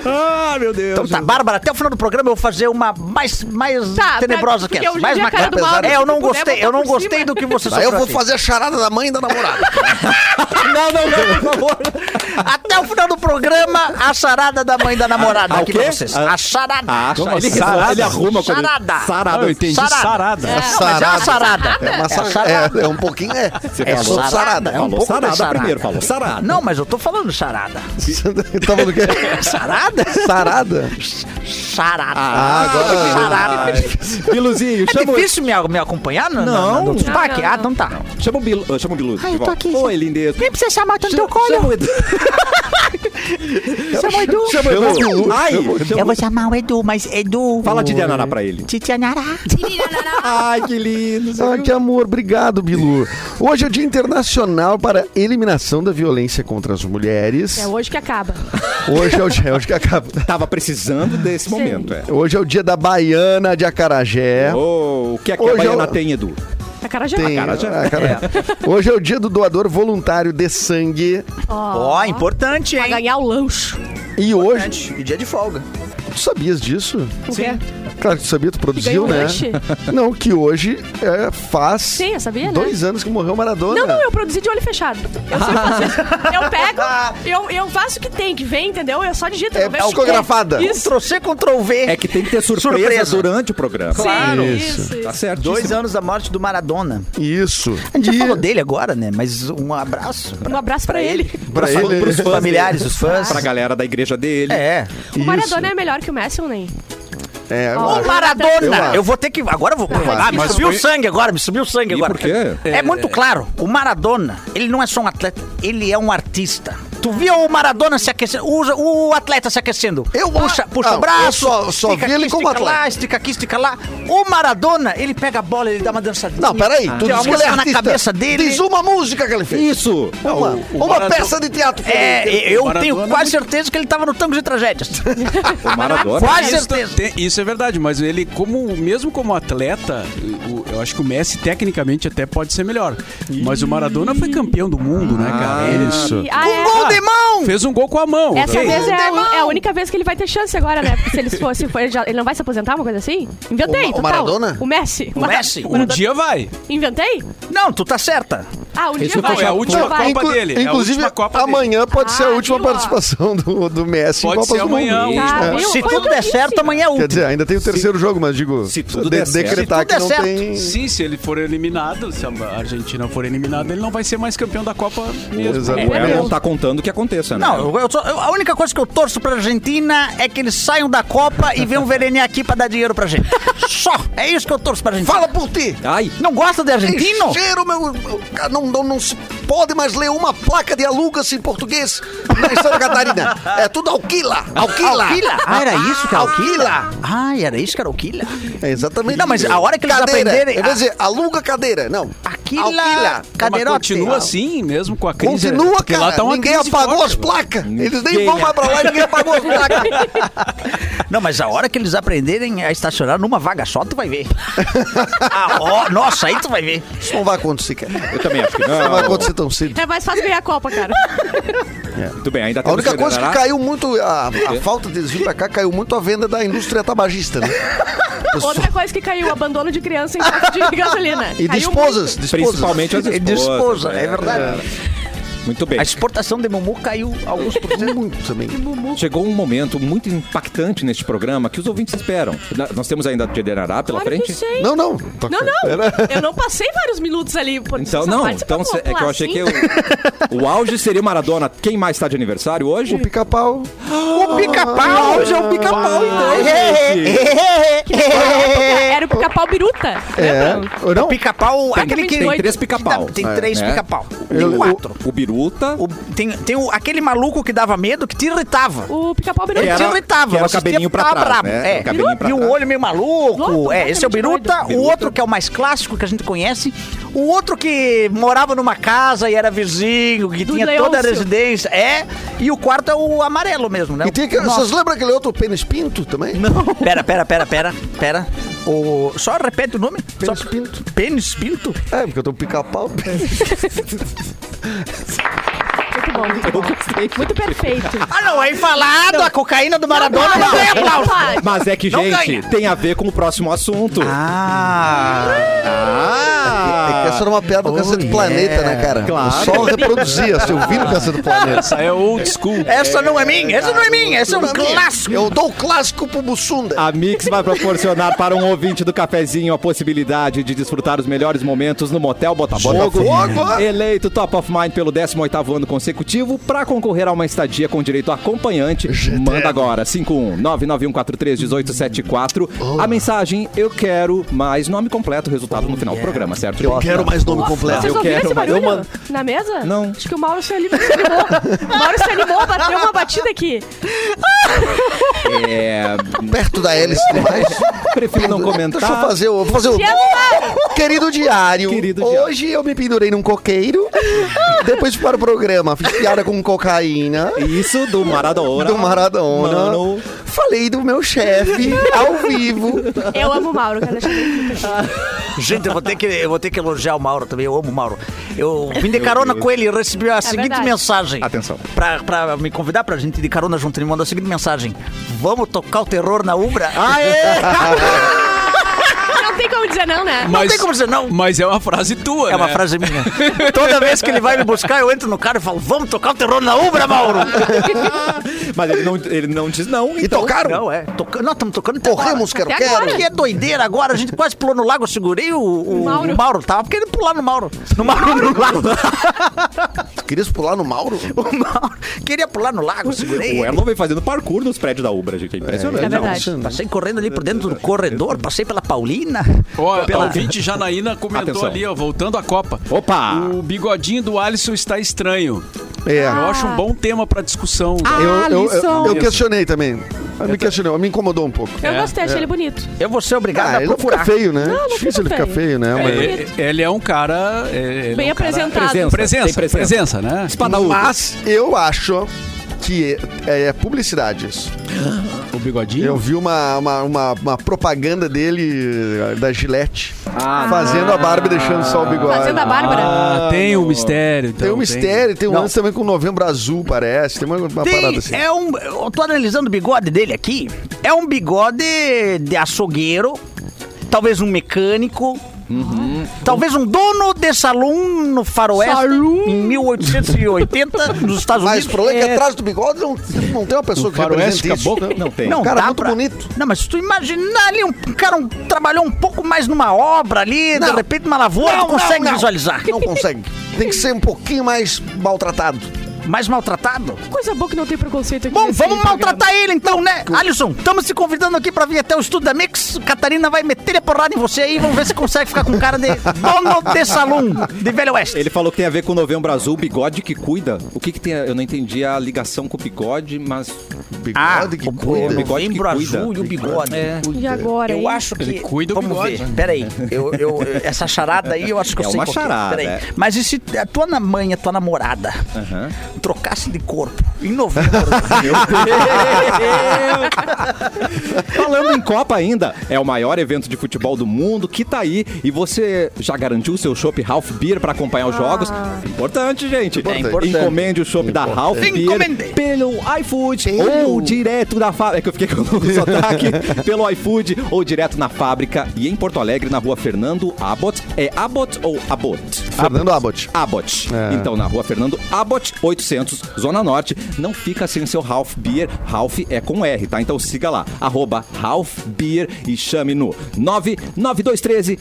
Ah, meu Deus.
Então tá, Bárbara, até o final do programa eu vou fazer uma mais, mais
Tá, pra-
tenebrosa que
porque
essa.
hoje em
Mais
dia a cara
macabra.
do Mauro,
É, eu
se
não
puder,
gostei,
botar
eu não
por
gostei
cima.
do que você
Aí eu
sofreu
vou
aqui.
fazer a charada da mãe e da namorada.
Não, não, não, por favor.
Até o final do programa, a charada da mãe da namorada
Ah, o
aqui pra
quê?
vocês.
Ah,
A charada.
Ah,
Como
ele,
sarada?
ele arruma quando ele-
É Sarada.
Sarada.
Ah, eu entendi. Sarada.
Não, mas é uma sarada.
É, uma sa- é- é um pouquinho.
(laughs)
É, é
falou
só sarada.
sarada,
É
é
um
Falou
pouco da
sarada
sarada.
primeiro, falou sarada.
Não, mas eu tô falando charada.
pouco. Tava no quê?
Sarada?
Sarada?
Charada.
(laughs) Ah, agora- Ah,
Charada.
Biluzinho,
É
chama, o-
difícil me, me acompanhar no, no-
Não.
no, no sotaque?
Não, não,
Ah, então tá.
chama o Bilu, ah, chama o Biluzinho.
Ai,
de
eu tô
volta.
aqui,
Oi,
gente.
lindeza.
Nem precisa chamar tanto teu
Chama
colo.
o Edu.
Chama o Edu.
Chama o
Chama o
Edu.
Bilu,
Ai,
chama o
Eu vou chamar o Edu, mas Edu...
Fala de Dianara pra ele.
Titianará.
Ai, que lindo. você
Ah,
viu?
que amor, obrigado, Bilu. Hoje é o Dia Internacional para a Eliminação da Violência contra as Mulheres.
É hoje que acaba.
Hoje é o dia, hoje que acaba.
Tava precisando desse momento, é.
Hoje é o dia da Baiana de Acarajé.
Ô, o que é que a
Hoje
Baiana
eu-
tem, Edu?
A cara já
Tem- Ah,
Acarajé.
Acarajé. Hoje é o dia do doador voluntário de sangue.
Ó, importante,
Pra
hein?
ganhar o lanche.
E hoje,
Importante. E dia de folga.
tu sabias disso?
O quê?
Claro que tu sabia, tu produziu,
ganhou
né?
lanche?
Não, que hoje é, faz
Sim, eu sabia, né?
dois anos que morreu Maradona.
Não, não, eu produzi de olho fechado. Eu sei fazer isso. Eu
(laughs)
pego, eu, eu faço o que tem, que vem, entendeu? Eu só digito.
É
eu vejo o que
psicografada.
tem. Isso.
Ctrl C, Ctrl V.
É que tem que ter surpresa,
Surpresa.
durante o programa.
Claro.
Isso.
Isso.
Tá
isso.
certo.
Dois anos da morte do Maradona.
Isso.
A gente
E-
já falou dele agora, né? Mas um abraço
Um abraço pra ele.
pra ele,
pros
para os
fãs
familiares,
dele.
os fãs.
Pra galera da igreja dele.
É.
O
Isso.
Maradona um é melhor que o Messi ou nem?
É, eu
Ó,
acho. Eu
Maradona!
acho.
Eu, vou ter que. Agora eu vou. Ah,
acho.
me
Mas
subiu o
foi-
sangue agora, me subiu o sangue
E
agora.
por quê?
É, muito claro, o Maradona, ele não é só um atleta, ele é um artista. Tu viu o Maradona se aquecendo, usa o atleta se aquecendo.
Eu
puxa,
acho-
puxa
não,
o
eu
braço,
só- só
estica
vi ele
aqui,
como
estica lá,
atleta.
estica aqui, estica lá. O Maradona, ele pega a bola, ele dá uma dançadinha.
Não, peraí. Tu
Tem
diz
uma
que ele é
música na
artista.
cabeça dele.
Diz uma música que ele fez.
Isso!
Uma,
o
uma
Maradona-
peça de teatro.
É, eu
Maradona
tenho
muito-
quase certeza que ele tava no Tango de
(laughs)
Tragédias.
O Maradona.
Quase
Isso,
Ah, certeza.
tem- isso é verdade, mas ele, como mesmo como atleta, o- eu acho que o Messi tecnicamente até pode ser melhor. Mas o Maradona foi campeão do mundo, né, cara? Ele
E- ah, é.
Ah, fez um gol com a mão.
Essa
ok?
vez é a, é a única vez que ele vai ter chance agora, né? Porque se ele fosse, foi, ele, já- ele não vai se aposentar, uma coisa assim? Inventei,
O Ma- o
total.
Maradona?
O Messi.
O Messi?
Um dia vai.
(laughs) Inventei?
Não, tu tá certa.
Ah, um dia
não
vai.
é a
um
última
dia vai.
Copa dele, é a
Inclusive,
última Copa dele.
amanhã pode ser a
Ah,
última
viu, ó.
participação do, do Messi
Pode
em Copas
ser
do Mundo.
amanhã, o
Tá,
último.
viu?
Se
Foi o que
tudo
eu
der
disse.
certo, amanhã é
Quer
último.
dizer, ainda tem o terceiro jogo, mas digo, se
tudo der certo.
decretar
Se tudo
que não
der
tem...
Sim, se ele for eliminado, se a Argentina for eliminada, ele não vai ser mais campeão da Copa mesmo.
Exato.
O Elon tá contando que aconteça, né?
Não, eu, eu só- eu- a única coisa que eu torço pra Argentina é que eles saiam da Copa e venham verenear aqui pra dar dinheiro pra
(laughs)
gente. Só! É isso que eu torço pra Argentina.
Fala por ti!
Ai,
Não gosta de argentino?
Cheiro, meu. cara, Não, não, não se pode mais ler uma placa de alugas em português na Santa Catarina. É tudo alquila. Alquila. (laughs)
Alquila? Ah, era isso que era
Alquila.
Ah, era isso que era o Quila?
É exatamente.
Não, mas
isso.
a hora que eles
Cadeira.
aprenderem-
Eu vou dizer, aluga cadeira. Não.
Aquila,
Alquila. É
Mas
cadeirote. (laughs)
continua assim, mesmo com a crise.
Continua,
porque lá
cara.
tá uma
ninguém
crise
apagou
forte né?
as
agora.
placas. Eles nem vão mais pra lá e
É
ninguém apagou as placas.
Não, mas a hora que eles aprenderem a estacionar numa vaga só, tu vai
(laughs)
ver. Ah, ó, nossa, aí tu vai ver.
Isso não vai acontecer, cara. Isso
eu também acho que
não
Ah.
não.
vai acontecer tão cedo.
É mais fácil ganhar a Copa, cara.
Muito bem, ainda
A
temos
única coisa
né?
que
Ceará.
caiu muito, a, a falta de vir pra cá, caiu muito a venda da indústria tabagista, né?
Outra coisa que caiu, abandono de criança em posto
(laughs)
de gasolina.
E de
Caiu
esposas. de esposas.
Principalmente as
E
esposas.
de esposa,
né?
é verdade.
Muito bem.
A exportação de Mumu caiu alguns
(laughs)
por cento.
é Muito também. Então,
Chegou um momento muito impactante neste programa que os ouvintes esperam. Na- Nós temos ainda a Arará pela
Claro que
frente.
sei.
Não, tá não.
Não, não. Eu não passei vários minutos ali. Por
Então,
essa
não,
parte,
então
você
cê-
vai
é que eu achei que
assim.
eu- o auge seria o Maradona. Quem mais está de aniversário hoje?
O pica-pau.
O pica-pau, hoje é o pica-pau, então.
É.
(laughs) Era o pica-pau biruta.
É.
lembra?
Ou não?
Pica-pau, aquele que...
tem
oito.
três pica-pau.
Tem três
né?
pica-pau.
Eu-
Tem quatro.
O Biruta.
O- tem tem o- aquele maluco que dava medo que te irritava.
O pica-pau
Ele
biruta.
era-
te irritava.
que era o
você
cabelinho pra
ficava
trás,
brabo.
né?
É.
O cabelinho pra
e o
trás.
olho meio maluco.
Louco,
é, esse é o
completamente
Biruta.
doido.
O outro que é o mais clássico que a gente conhece. O outro que morava numa casa e era vizinho, que
Do
tinha toda a
Leôncio.
residência. É. E o quarto é o amarelo mesmo, né?
E tem aquele,
Nossa.
vocês lembram aquele outro pênis pinto também?
(laughs)
Pera, pera, pera, pera, pera. O... Só repete o nome.
Pênis
Só-
pinto.
Pênis Pinto?
É, porque eu tô pica-pau.
Muito bom, muito bom. Muito perfeito.
Ah, não, aí falado, a cocaína do Maradona
um
não ganha aplauso.
Claro.
Mas é que,
Não
gente,
ganha.
tem a ver com o próximo assunto.
Ah,
Ah.
É que essa era uma piada do Cacete Planeta, né, cara?
Claro.
O sol reproduzia, se eu vi no Cacete Planeta.
Essa é old school.
essa não é minha, essa não é minha, essa é um clássico.
Eu dou o clássico pro Bussunda.
A Mix vai proporcionar para um ouvinte do cafezinho a possibilidade de desfrutar os melhores momentos no Motel Botafogo.
Botafogo.
Eleito Top of Mind pelo 18º ano consecutivo para concorrer a uma estadia com direito a acompanhante. Manda agora 51991431874
Oh.
a mensagem eu quero mais nome completo, resultado no
Oh,
final do programa, certo?
Eu quero mais nome completo.
Vocês
eu
ouviram
quero,
esse
mas
barulho
eu mando-
na mesa?
Não.
Acho que o Mauro se animou. se animou. O Mauro se animou, bateu uma batida aqui.
É,
Perto da hélice demais.
(laughs) prefiro não comentar.
Deixa eu fazer o. Vou fazer o.
Te amo, Mauro.
Querido diário,
Querido diário.
hoje eu me pendurei num coqueiro, depois fui para o programa, fiz piada com cocaína.
Isso do Maradona.
Do Maradona.
Mano.
Falei do meu chefe ao vivo.
Eu amo o Mauro, cara. Deixa eu ver aqui.
Gente, eu vou, ter que, eu vou ter que elogiar o Mauro também, eu amo o Mauro. Eu vim de carona com ele e recebi a seguinte
verdade.
mensagem.
Atenção.
Pra, pra me convidar pra gente ir de carona junto, ele mandou a seguinte mensagem. Vamos tocar o terror na Ubra?
(laughs)
Não tem como dizer não, né?
tem como dizer não.
Mas é uma frase tua,
É uma
né?
frase minha. Toda vez que ele vai me buscar, eu entro no carro e falo, vamos tocar o terror na Ubra, Mauro!
(laughs) Mas ele não, ele não diz não.
E tocaram?
Não, é. Toca... Nós estamos tocando até agora.
Corremos, quero,
Até
quero.
agora.
Que é doideira agora, a gente quase pulou no lago, eu segurei o, o, o Mauro.
Mauro.
tava querendo pular no Mauro. No Mauro, no lago. (laughs)
Tu Querias pular no Mauro?
O Mauro queria pular no lago, eu segurei.
então, O
ele.
Erlon vem fazendo parkour nos prédios da Ubra, gente. É impressionante.
É verdade.
Passei correndo ali por dentro do corredor, passei pela Paulina.
Ó,
pela...
ouvinte Janaína comentou
Atenção.
ali, ó, voltando à Copa.
Opa!
O bigodinho do Alisson está estranho.
É.
Eu acho um bom tema pra discussão.
Ah,
Eu, eu, eu,
Alisson.
eu questionei também. Eu me questionei, me incomodou um pouco.
É,
Eu gostei, achei ele bonito.
Eu vou ser obrigado
Ah,
a
ele não fica
procurar.
feio, né?
não
Difícil ele
fica
ficar
feio.
feio, né? Mas-
É, é, ele é um cara. é, ele
Bem
é um cara-
apresentado.
Presença, presença,
Tem presença.
presença, né?
Espadaúdo.
Mas eu acho que é, é publicidade isso.
O bigodinho.
Eu vi uma, uma, uma- uma propaganda dele, eh, da Gillette,
Ah,
fazendo a barba e deixando só o bigode.
Fazendo a Bárbara.
Ah, tem um mistério. Então,
Tem um mistério, tem um lance também com Novembro Azul, parece. Tem uma, uma
Tem-
parada assim.
é um, eu tô analisando o bigode dele aqui. É um bigode de açougueiro, talvez um mecânico,
Uhum.
talvez um dono de salão no faroeste
Saloon.
em 1880 nos Estados
Mas
Unidos.
o problema é que
É,
atrás do bigode não, não tem uma pessoa que
faroeste
represente isso.
caboclo?
Não tem.
Não,
um cara
dá
muito
pra-
bonito.
Não, mas se tu imaginar ali, um cara um- trabalhou um pouco mais numa obra ali, de
Não.
repente uma lavoura,
Não,
tu consegue
não, não.
visualizar.
Não consegue. Tem que ser um pouquinho mais maltratado.
Mais maltratado?
Coisa boa que não tem preconceito aqui.
Bom,
nesse
vamos
programa.
maltratar ele então, né? Alisson, estamos se convidando aqui pra vir até o estúdio da Mix. Catarina vai meter a porrada em você aí. Vamos ver se consegue ficar com cara de dono de salão de Velho Oeste.
Ele falou que tem a ver com o Novembro Azul, bigode que cuida. O que que tem? a- Eu não entendi a ligação com o bigode, mas
Bigode
Ah,
que
o
cuida.
bigode. que
Novembro
cuida.
azul e o bigode. É.
E agora, hein?
Eu acho que.
Ele cuida do
Vamos
bigode.
ver. Peraí. Eu, eu- eu- essa charada aí eu acho que
né? É
eu sei
uma
qual que
charada,
Peraí.
é.
Mas e se a tua na- mãe, a tua namorada,
Aham.
trocasse de corpo em
(laughs)
novembro?
(laughs) Falando em Copa ainda, é o maior evento de futebol do mundo que tá aí e você já garantiu o seu chopp Ralph Beer pra acompanhar os jogos? Importante, gente.
Ah. É importante.
Encomende o chopp da Ralph
Encomendei.
Beer pelo iFood
Pelo-
ou direto da fábrica. É que eu fiquei com o (laughs) sotaque. pelo iFood ou direto na fábrica e em Porto Alegre, na rua Fernando Abbott. É Abbott ou Abbott?
Fernando Abbott.
Abbott.
É.
Então, na rua Fernando Abbott, 800, Zona Norte. Não fica sem seu Ralph Beer. Ralph é com R, tá? Então siga lá, arroba Ralph Beer e chame no 99213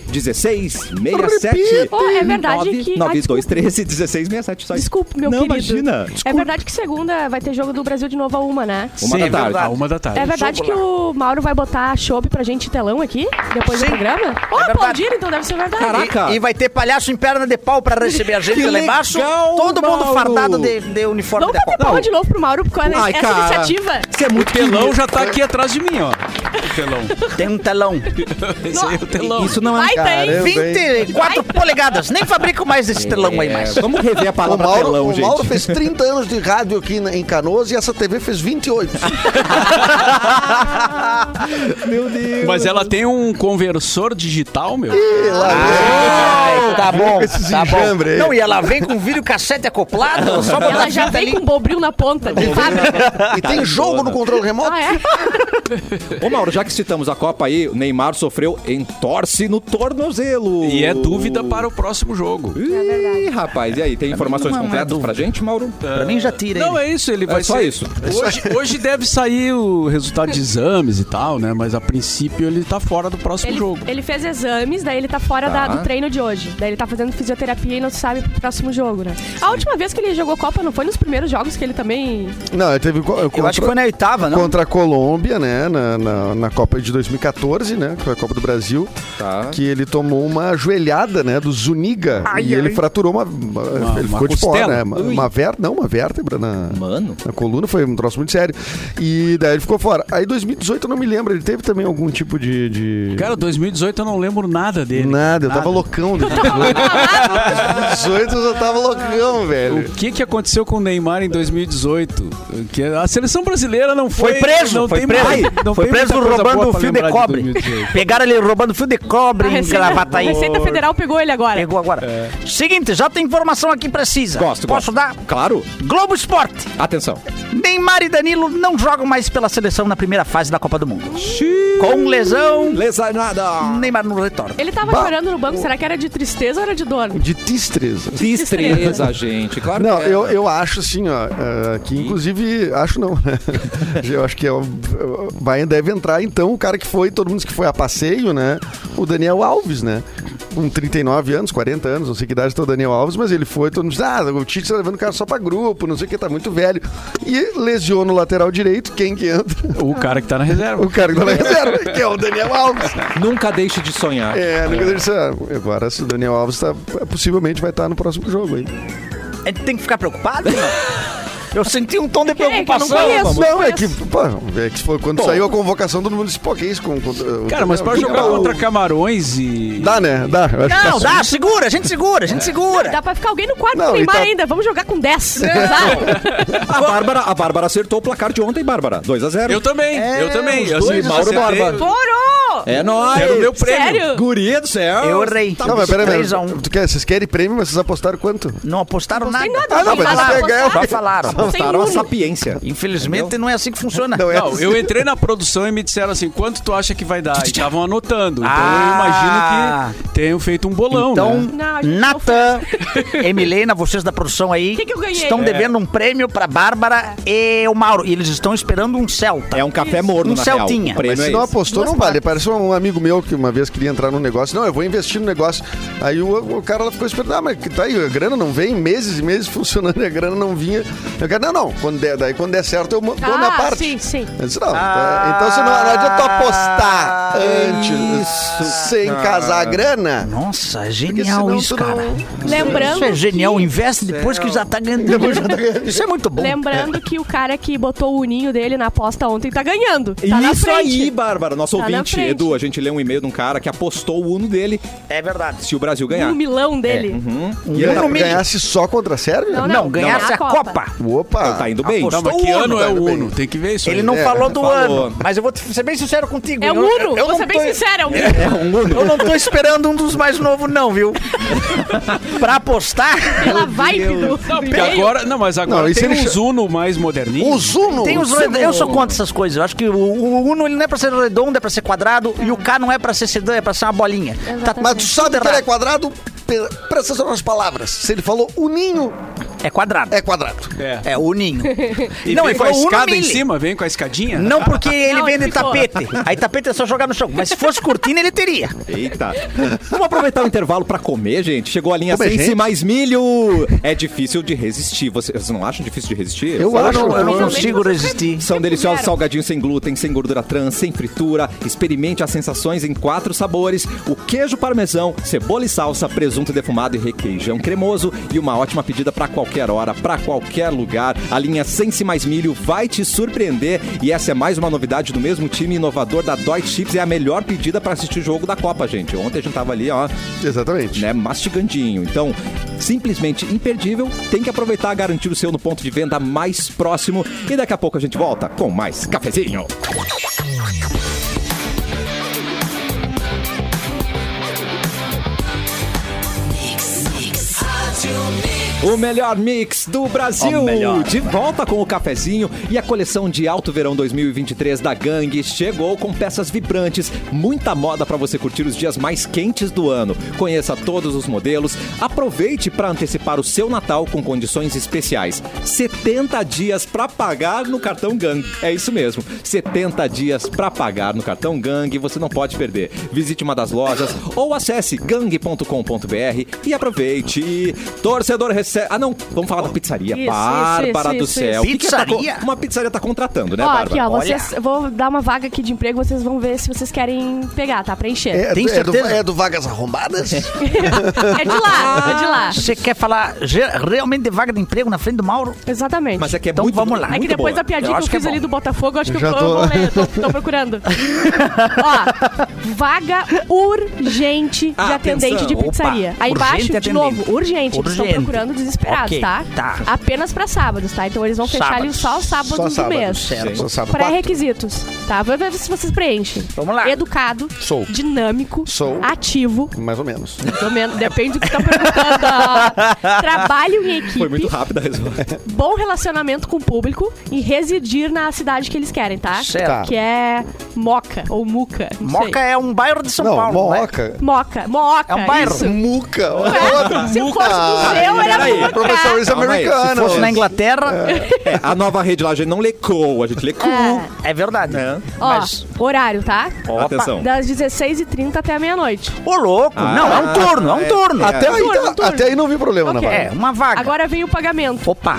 1667.
Oh, é verdade que- ah,
9213 1667. Só isso.
Desculpe, meu
Não,
querido.
imagina.
É verdade que segunda vai ter jogo do Brasil de novo a uma, né?
Uma
Sim,
da tarde.
a uma da tarde.
um
É verdade que o Mauro vai botar chopp pra gente em telão aqui, depois do
Sim. É
programa? Ó,
verdade.
aplaudiram, então deve ser verdade.
Caraca.
E, e vai ter palhaço em perna de pau pra receber a gente
Que
lá embaixo.
legal,
Todo mundo
Mauro.
fardado de, de uniforme
Vamos
de
bater
pau.
palma de novo pro Mauro com essa
Ai, cara.
iniciativa.
Você é muito
Pelão
querido.
já tá aqui atrás de mim, ó. O Pelão.
Tem um telão.
Esse aí é o telão.
Isso não é.
Vai, tem.
Caramba. bem.
24 polegadas. Nem fabrico mais esse telão aí mais.
é, Vamos rever
(laughs)
a
O
palavra
Mauro,
telão,
o
gente.
Mauro fez 30 anos de rádio aqui na- em Canoas e essa TV fez 28.
Meu Deus.
Mas ela tem um conversor digital, meu.
Ai, tá bom,
Esses
tá bom.
enjambre aí.
Não, e ela vem com vídeo cassete acoplado, só botar
Ela já
fita
vem com um bobril na ponta. de fábrica.
E tem jogo no controle remoto?
Ah, é?
Ô, Mauro, já que citamos a Copa aí, o Neymar sofreu entorse no tornozelo.
E é dúvida para o próximo jogo.
Ih, rapaz, e aí, tem informações completas pra gente, Mauro?
Pra mim já tira
Não,
ele.
é isso, ele vai
só
ser-
isso.
Hoje, hoje deve sair o resultado de exames e tal, né? Mas a princípio ele tá fora do próximo
Ele,
jogo.
ele fez exames, daí ele tá fora
Tá.
da- do treino de hoje. Daí ele tá fazendo fisioterapia e não se sabe pro próximo jogo, né? A última vez que ele jogou Copa não foi nos primeiros jogos que ele também.
Não, ele teve co-
Eu acho que foi na oitava, não?
contra a Colômbia, né? Na, na, na Copa de 2014, né? Que foi a Copa do Brasil.
Tá.
Que ele tomou uma joelhada, né? Do Zuniga. e ele fraturou uma. ele
uma
ficou de pó,
costela.
né? Uma,
Ui.
uma ver, não, uma vértebra na.
Mano. tá.
Na coluna foi um troço muito sério. E daí ele ficou fora. Aí 2018 eu não me lembro, ele teve também algum tipo de. de-
Cara, 2018 eu não lembro nada dele.
nada, eu tava loucão. de 2018 eu já tava loucão, velho.
O que, que aconteceu com o Neymar em 2018? Que a seleção brasileira não foi.
Foi preso,
não
foi
tem
preso.
mais- não
Foi
tem
preso
muita coisa boa
roubando
pra
fio de
lembrar
cobre.
2018.
Pegaram ele roubando fio de cobre
A
em
Receita,
gravata
a
aí.
Receita Federal pegou ele agora.
Pegou agora. Seguinte, já tem informação aqui precisa.
Gosto,
Posso
gosto.
dar?
Claro.
Globo Esporte.
Atenção.
Neymar e Danilo não jogam mais pela seleção na primeira fase da Copa do Mundo. Com lesão,
Lesanada.
Neymar não retorna.
Ele tava
Bah.
chorando no banco, será que era de tristeza ou era de dor?
De tistreza.
Destreza, gente. Claro
Não,
que é.
eu, eu acho assim, ó, eh, que inclusive, acho não, né? (laughs) Eu acho que é, o- vai, deve entrar então o cara que foi, todo mundo disse que foi a passeio, né? O Daniel Alves, né? Com 39 anos, 40 anos, não sei que idade tá o Daniel Alves, mas ele foi, todo mundo disse, ah, o Tite tá levando o cara só pra grupo, não sei o que, tá muito velho. E lesiona o lateral direito, quem que entra? (laughs)
O cara que tá na reserva.
O cara que tá na reserva, que é o Daniel Alves.
Nunca deixe de sonhar.
É, nunca disse, ah, agora se o Daniel Alves tá, possivelmente vai estar no próximo tá jogo aí.
A gente tem que ficar preocupado? irmão? Eu senti um tom de
Quem é que eu não
preocupação.
conheço?
Não, é que, pô, é que foi quando saiu a convocação, todo mundo disse, pô, que é isso? Com, com,
Cara, mas pra jogar contra Camarões e.
Dá, né? Dá. Eu acho que
Não,
dá.
dá, segura, a gente segura, a gente segura.
Dá pra ficar alguém no quarto
Não,
do
e
Neymar
tá- É.
ainda. Vamos jogar com
(laughs)
10. Tá?
A Bárbara, a Bárbara acertou o placar de ontem, Bárbara. 2x0.
Eu também, eu também.
os
Eu
dois,
acertei-
Mauro Borba.
Foro!
É nóis.
Era o meu prêmio.
Sério?
Guria do céu.
Eu errei.
Não, mas peraí, mas,
3 tá a 1.
tu quer, vocês querem prêmio, mas vocês apostaram quanto?
Não apostaram nada.
Tem nada.
Ah, não,
alguém
mas
vai lá
isso é ganhar,
apostar?
vai
falaram.
Não tem
Apostaram a
uno.
sapiência.
Infelizmente não é assim que funciona.
Não, é
Não, eu entrei na produção e me disseram assim, quanto tu acha que vai dar? E estavam anotando. Então
Ah.
eu imagino que tenham feito um bolão,
Então,
né?
Não, a gente não
Natan, Emilena, vocês da produção aí
Que que eu ganhei?
estão
É.
devendo um prêmio pra Bárbara e o Mauro. E eles estão esperando um Celta.
É um café morno,
Um
na real.
Celtinha.
O prêmio
Mas
é
se não
esse.
apostou, não vale. Parece um amigo meu que uma vez queria entrar num negócio. Não, eu vou investir no negócio. Aí o, o cara lá ficou esperando. Ah, mas que tá aí, a grana não vem, meses e meses (laughs) funcionando e a grana não vinha. Eu quero, não, não. Quando der, daí quando der certo, eu mo- dou na
Ah,
parte.
sim, sim.
Eu disse, não,
Ah.
tá, então se não, não adianta tu apostar antes, sem casar a grana.
Nossa, é
Porque
genial
senão
isso,
tu não-
cara.
Lembrando
Isso é genial.
que-
Investe depois que já tá ganhando. Isso é muito bom.
Lembrando que o cara que botou o uninho dele na aposta ontem tá ganhando. Tá na
Isso
frente.
aí, Bárbara, nosso
Tá na
ouvinte.
frente.
Edu, a gente lê um e-mail de um cara que apostou o uno dele
É verdade.
se o Brasil ganhar. É, uhum.
No milão dele.
E
Número
ele
mínimo.
ganhasse só contra a Sérvia?
Não,
Não, ganhasse
Não,
a Copa.
Opa!
Tá indo bem.
Apostou.
Tá, mas
Sou
que
o
ano é
Uno, tá
o
indo
Uno?
bem.
Tem que ver isso
Ele
aí.
não
É,
falou do
falou.
ano, mas eu vou te- ser bem sincero contigo.
É
eu,
um Uno.
eu, eu
Vou
não
ser
tô-
bem sincera, é um Uno.
Eu não tô esperando um dos mais novos, não, (laughs) viu? pra apostar,
Pela vibe do. do
Porque
e-mail.
agora, não, mas agora
Não, e se
tem
ele
uns Uno mais moderninhos.
O Zuno!
tem os
Zuno.
red- Eu sou contra essas coisas. Eu acho que o, o Uno ele não é pra ser redondo, é pra ser quadrado. E o K não é pra ser sedã, é pra ser uma bolinha. Tá,
Mas tu sabe que ele é quadrado? Pe- Presta atenção nas palavras. Se ele falou uninho,
é quadrado.
é quadrado.
É.
É, o (laughs) Uninho.
E
não,
vem
ele
com a
falou Uno
escada em
Mille.
cima, vem com a escadinha.
Não porque ele
Não,
vem de
ficou.
tapete. Aí tapete é só jogar no chão. Mas se fosse cortina, ele teria.
Eita. Vamos aproveitar o intervalo pra comer, gente. Chegou a linha
Comer,
sem
gente?
se mais milho. É difícil de resistir. Vocês, vocês não acham difícil de resistir?
Eu acho.
Eu não
Também
consigo
você
resistir.
sempre-
São
sempre
deliciosos
fizeram.
salgadinhos sem glúten, sem gordura trans, sem fritura. Experimente as sensações em quatro sabores: o queijo parmesão, cebola e salsa, presunto defumado e requeijão cremoso. E uma ótima pedida pra qualquer hora, pra qualquer lugar. A linha Sem Se Mais Milho vai te surpreender. E essa é mais uma novidade do mesmo time inovador da Dói Chips. É a melhor pedida pra assistir o jogo da Copa, gente. Ontem a gente tava ali, ó,
Exatamente.
né, mastigandinho. Então, simplesmente imperdível. Tem que aproveitar, garantir o seu no ponto de venda mais próximo. E daqui a pouco a gente volta com mais cafezinho. O melhor mix do Brasil.
O melhor.
De volta com o cafezinho e a coleção de Alto Verão 2023 da Gangue chegou com peças vibrantes, muita moda para você curtir os dias mais quentes do ano. Conheça todos os modelos, aproveite para antecipar o seu Natal com condições especiais. 70 dias para pagar no cartão Gangue. É isso mesmo. 70 dias para pagar no cartão Gangue, você não pode perder. Visite uma das lojas ou acesse gangue.com.br e aproveite. Torcedor recebe. Ah, não, vamos falar da pizzaria.
Isso,
É
isso,
Bárbara
isso,
do
isso,
céu.
isso.
O que que tá co-
Pizzaria?
uma pizzaria tá contratando, né,
Ó,
Bárbara?
aqui, ó,
Olha.
vocês, vou dar uma vaga aqui de emprego, vocês vão ver se vocês querem pegar, tá? Preencher. É,
É,
Tem
do- é do,
certeza?
é do Vagas Arrombadas?
de lá, é de lá.
Você quer falar ge- realmente de vaga de emprego na frente do Mauro?
Exatamente.
Mas é que é
Então
muito
vamos lá.
É que
muito
depois
boa.
da piadinha
Eu
que eu
acho que é
fiz ali
bom.
do Botafogo, eu acho que eu,
Já
eu
tô-
vou ler, tô, (laughs) tô procurando. Ó, vaga urgente de
Ah,
atendente de
atenção.
pizzaria.
Opa,
Aí
urgente
embaixo, de
atendente.
novo, urgente. Eles estão
Urgente.
procurando desesperados,
Ok,
tá?
tá.
Apenas pra sábados, tá? Então eles vão fechar ali só os sábados do mês.
Certo. Só sábado.
Pré-requisitos, tá? Vamos ver se vocês preenchem.
Vamos lá.
Educado,
Sou.
dinâmico,
Sou.
ativo,
Quatro, Mais ou menos.
pelo menos, depende do que estão perguntando.
(laughs)
Trabalho em equipe
Foi muito rápida a resposta.
bom relacionamento com o público e residir na cidade que eles querem, tá?
Certo.
Que é Moca ou Muca. não sei.
Moca é um bairro de São
não,
Paulo. né?
Mooca.
Moca. Moca.
É um bairro.
Isso.
Muca. olha
É,
outra.
(laughs) Se fosse do seu, era
peraí,
Muca.
Professor isso é
Calma aí, se
americano.
Se fosse na Inglaterra,
É, a nova rede lá, a gente não lecou, a gente lecou.
É.
é verdade.
Né?
É.
Ó,
Mas,
horário, tá?
Atenção.
Das 16h30 até a meia-noite.
ô louco, não, é um turno, é um turno.
Ah, Até, aí,
Turno,
tá-
turno.
até aí não vi problema
Ok.
na
É,
vaga.
uma vaga.
Agora vem o pagamento.
Opa,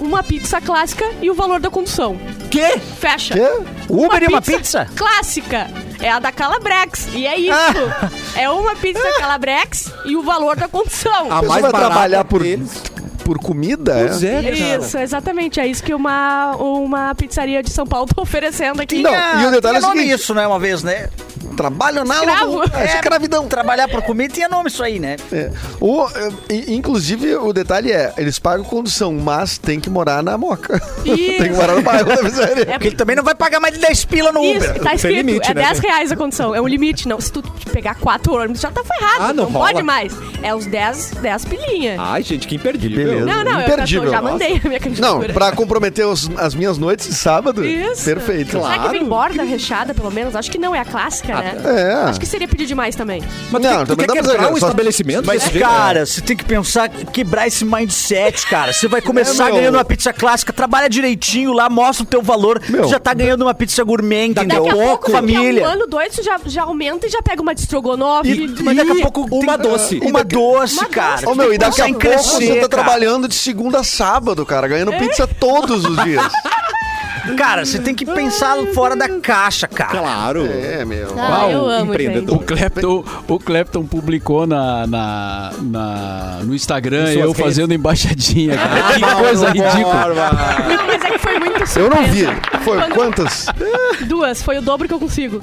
Uma pizza clássica e o valor da condução.
quê?
Fecha.
Quê?
Uber e uma pizza?
Clássica. É a da Calabrex. E é isso.
Ah.
É uma pizza Calabrex e o valor da condução.
A
Você
mais
vai
barata
trabalhar por
deles.
por comida?
Pois
é?
é, cara.
Isso, exatamente. É isso que uma, uma pizzaria de São Paulo tá (laughs) oferecendo aqui.
Não, e o detalhe é o
tinha nome
seguinte-
isso, né, uma vez, né?
Trabalho na
Escravo.
É, escravidão.
Trabalhar por comida tinha nome isso aí, né?
É. O, é, i- inclusive, o detalhe é, eles pagam condução, mas tem que morar na moca. (laughs)
Isso.
tem que morar no bairro da miséria.
Porque ele também não vai pagar mais de 10 pila no
Isso,
Uber.
tá escrito.
limite,
é
né?
10 reais a condição. É um limite, não. Se tu pegar quatro ônibus, já tá ferrado.
Ah, não rola. Ah,
pode mais. É os 10, 10 pilinha.
Ai, gente, (laughs) que imperdível.
beleza.
não, não, eu já, tô-
imperdível,
já
nossa.
mandei a minha
Não,
candidatura.
pra comprometer os- as minhas noites de sábado.
Isso.
Perfeito.
Será que
Claro.
vem borda recheada, pelo menos? Acho que não, é a clássica, né?
É.
Acho que seria pedir demais também.
Mas tu,
Não,
quer- tu quer
também dá pra
quebrar
exagerar,
o
só-
estabelecimento
Mas,
desse jeito?
é cara, você tem que pensar, quebrar esse mindset, cara. Você vai começar
meu?
ganhando uma pizza clássica, trabalha direitinho lá, mostra o teu valor.
Meu.
Você já tá ganhando uma pizza gourmet,
Daqui a
entendeu?
pouco, daqui a um
família.
ano, dois, tu já, já aumenta e já pega uma de estrogonofe.
Mas daqui a pouco
uma
tem-
doce.
Uma doce,
Uma doce.
cara.
Ô, meu, e daqui a
um
Sem
pouco você tá
cara.
trabalhando de segunda a sábado, cara, ganhando
É.
pizza todos os
(laughs)
dias.
Cara, você tem que pensar fora da caixa, cara.
Claro.
É, meu.
Ah, eu
Uau,
amo,
empreendedor.
O
gente.
Clapton, o Clapton publicou na, na- na- no Instagram
Em suas
eu
redes.
fazendo embaixadinha, cara.
Ah,
que
Mauro
coisa ridícula.
Borba.
Não, mas é que foi muito
Eu não vi.
surpresa.
Foi
Quando-
quantas?
Duas, foi o dobro que eu consigo.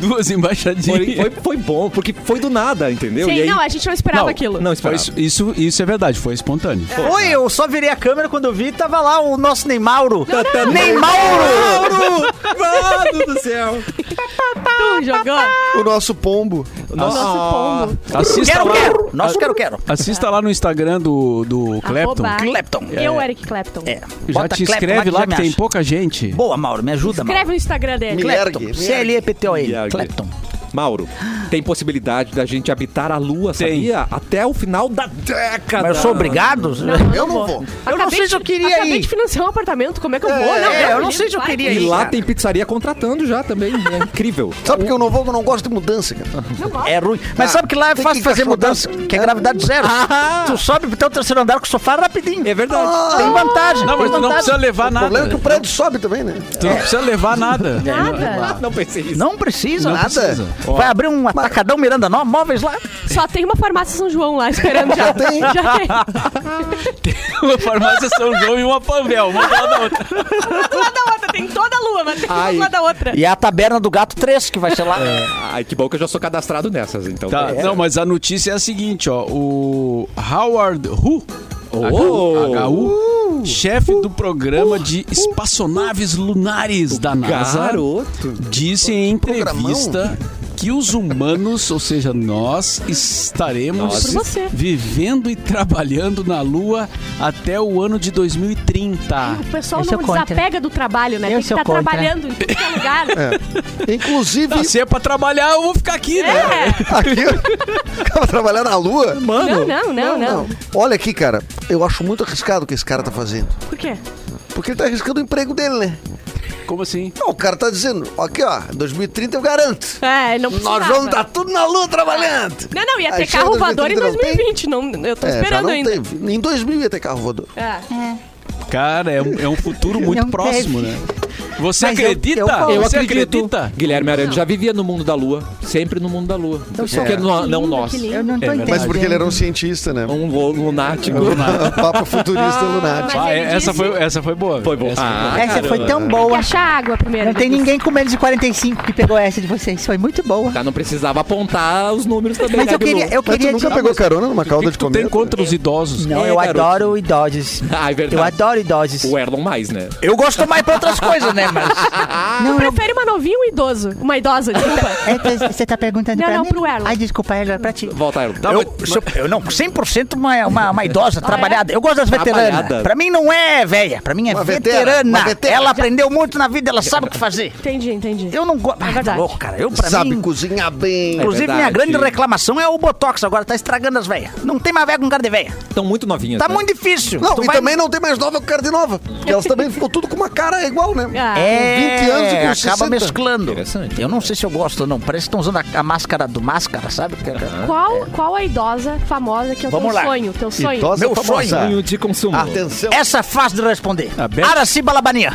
Duas
Foi,
embaixadinhas.
foi, foi bom, porque foi do nada, entendeu?
Sim,
e aí,
não, a gente não esperava
Não,
aquilo.
não
Foi
esperava.
isso, isso, isso é verdade, foi espontâneo.
Oi, eu só virei a câmera quando eu vi, tava lá o nosso Neymauro.
Tá, tá,
Neymauro!
Mauro! Mano do céu!
Tu jogou.
O nosso pombo.
Nosso
Ah,
pombo.
Assista
Quero,
lá,
quero! Nosso quero, quero.
assista lá no Instagram do, do Clapton.
Arroba
Clapton.
Eu, Eric Clapton.
É.
Já
Bota
te
Clapton
inscreve lá
já
que
me
tem
acha.
pouca gente.
Boa, Mauro, me ajuda,
Escreve
Mauro.
no Instagram dele.
Me-
Clapton,
ergue, me
ergue.
C-L-E-P-T-O-N, Clapton.
Mauro, tem possibilidade da gente habitar a Lua, sabia? Até o final da década.
Mas eu sou obrigado?
Eu não vou.
Eu não
Acabei
sei se eu
de-
queria
Acabei de
ir.
financiar um apartamento, como é que eu vou?
É,
não,
é,
não,
eu não
me
sei se eu
vai.
queria
E
ir.
lá
cara.
tem pizzaria contratando já também. É incrível.
Sabe por que eu não vou? Porque eu não gosto de mudança, cara.
Não gosto.
É ruim. Mas
Ah,
sabe que lá é
tem
fácil
que
fazer
cachorro
mudança, que é gravidade zero.
Ah!
Tu sobe pro teu terceiro andar com o sofá rapidinho. Ah.
É verdade.
Tem vantagem.
Não, mas
tem
tu não
vantagem.
precisa levar
O
Ah,
problema é que
nada.
o prédio sobe também, né?
Tu não precisa levar nada.
Nada.
Não pensei nisso.
Não precisa
Não
nada.
precisa.
Vai abrir um atacadão Miranda Nó, móveis lá.
Só tem uma farmácia São João lá esperando
(laughs)
já.
tem.
Já tem.
Uma farmácia São João e uma Panvel. Uma do lado da outra.
Uma da outra, tem toda a lua, mas tem
Ai.
uma da outra.
E é a taberna do gato 3 que vai ser lá.
Ai, que bom que eu já sou cadastrado nessas, então.
Tá, não, mas a notícia é a seguinte, ó. O Howard Hu,
Oh!
HU, chefe do programa de espaçonaves lunares da NASA,
Garoto.
disse em entrevista que os humanos, ou seja, nós, estaremos
Nós.
Por você.
vivendo e trabalhando na Lua até o ano de 2030.
é O pessoal
Eu
não
sou contra.
desapega do trabalho, né?
Eu
tem que
sou
estar
contra.
trabalhando em qualquer (laughs) lugar.
Inclusive,
Ah, se é pra trabalhar, eu vou ficar aqui, né?
É.
aqui, (laughs) cara, trabalhar na lua.
Não, não, não, não.
Olha aqui, cara, eu acho muito arriscado o que esse cara tá fazendo.
Por quê?
Porque ele tá arriscando o emprego dele, né?
Como assim?
Não, o cara tá dizendo, aqui ó, 2030 eu garanto.
É, ele não precisava.
Nós vamos dar tudo na lua trabalhando.
Não, não, ia
Aí
ter
chega
carro voador em
2030
2020. Não, eu tô
É, já
esperando
não
ainda.
teve. Em 2000 ia ter carro voador.
É.
Cara, é um, é um futuro muito
Não
próximo,
teve.
né? Você
Mas eu-
acredita?
eu falo.
Você acredita?
Guilherme Arana já vivia no mundo da lua, sempre no mundo da lua. Porque não, não É
lindo,
nós.
que lindo.
Eu não tô
verdade.
entendendo.
Mas porque ele era um cientista, né?
Um lu- lunático.
(laughs) Papo futurista lunático.
Ah,
Mas ele
é- essa,
disse-
foi, essa foi boa.
Foi bom.
Essa foi boa.
Ah,
Essa foi
caramba.
tão
Tem que
boa.
achar água primeiro.
Não tem ninguém com menos de 45 que pegou essa de vocês. Foi muito boa.
Tá, não precisava apontar os números também,
Mas
né,
eu
Bilu?
queria, eu
Mas tu
queria
nunca
dizer-
pegou carona numa
O que,
cauda
que
de
tu tem
cometa?
contra os idosos?
Não,
É,
eu
garoto.
adoro idosos.
Ah, é verdade.
Eu adoro idosos.
O Erlon mais, né?
Eu gosto mais pra outras coisas, né? Mas.
Tu prefere uma novinha ou um idoso? Uma idosa,
(laughs)
desculpa.
você tá perguntando
Não,
pra
não,
mim?
pro Erlon.
Ai, desculpa, Erlon, é pra ti.
Volta, Erlon.
Tá,
eu,
mas-
se eu- eu não, 100% uma, uma, uma idosa trabalhada. Eu gosto das
Trabalhada.
veteranas. Pra mim não é velha, pra mim é
Uma veterana,
veterana.
uma veterana.
Ela aprendeu muito na vida, ela sabe o que fazer.
Entendi, entendi.
Eu não gosto. Ah, tá
verdade.
louco, cara. Eu, pra
Sabe
mim,
cozinhar bem.
inclusive,
É
minha
verdade.
grande reclamação é o Botox agora, tá estragando as velhas. Não tem mais velha com cara de velha.
Estão muito novinhas.
Tá
né?
muito difícil.
Não,
Tu
e
vai- Ah.
também não tem mais nova, eu quero de nova. Porque elas também ficou tudo com uma cara igual, né?
Ah,
É,
20 anos e com
acaba
60.
mesclando.
Interessante.
Eu não sei se eu gosto ou não. Parece que estão usando a, a máscara do máscara, sabe?
Qual, qual a idosa famosa que é o
Vamos
teu
lá.
sonho? Teu sonho?
Idosa
Meu
famosa.
Sonho de consumo.
Atenção.
Essa é fácil de responder.
A Beth-
Araci Balabania.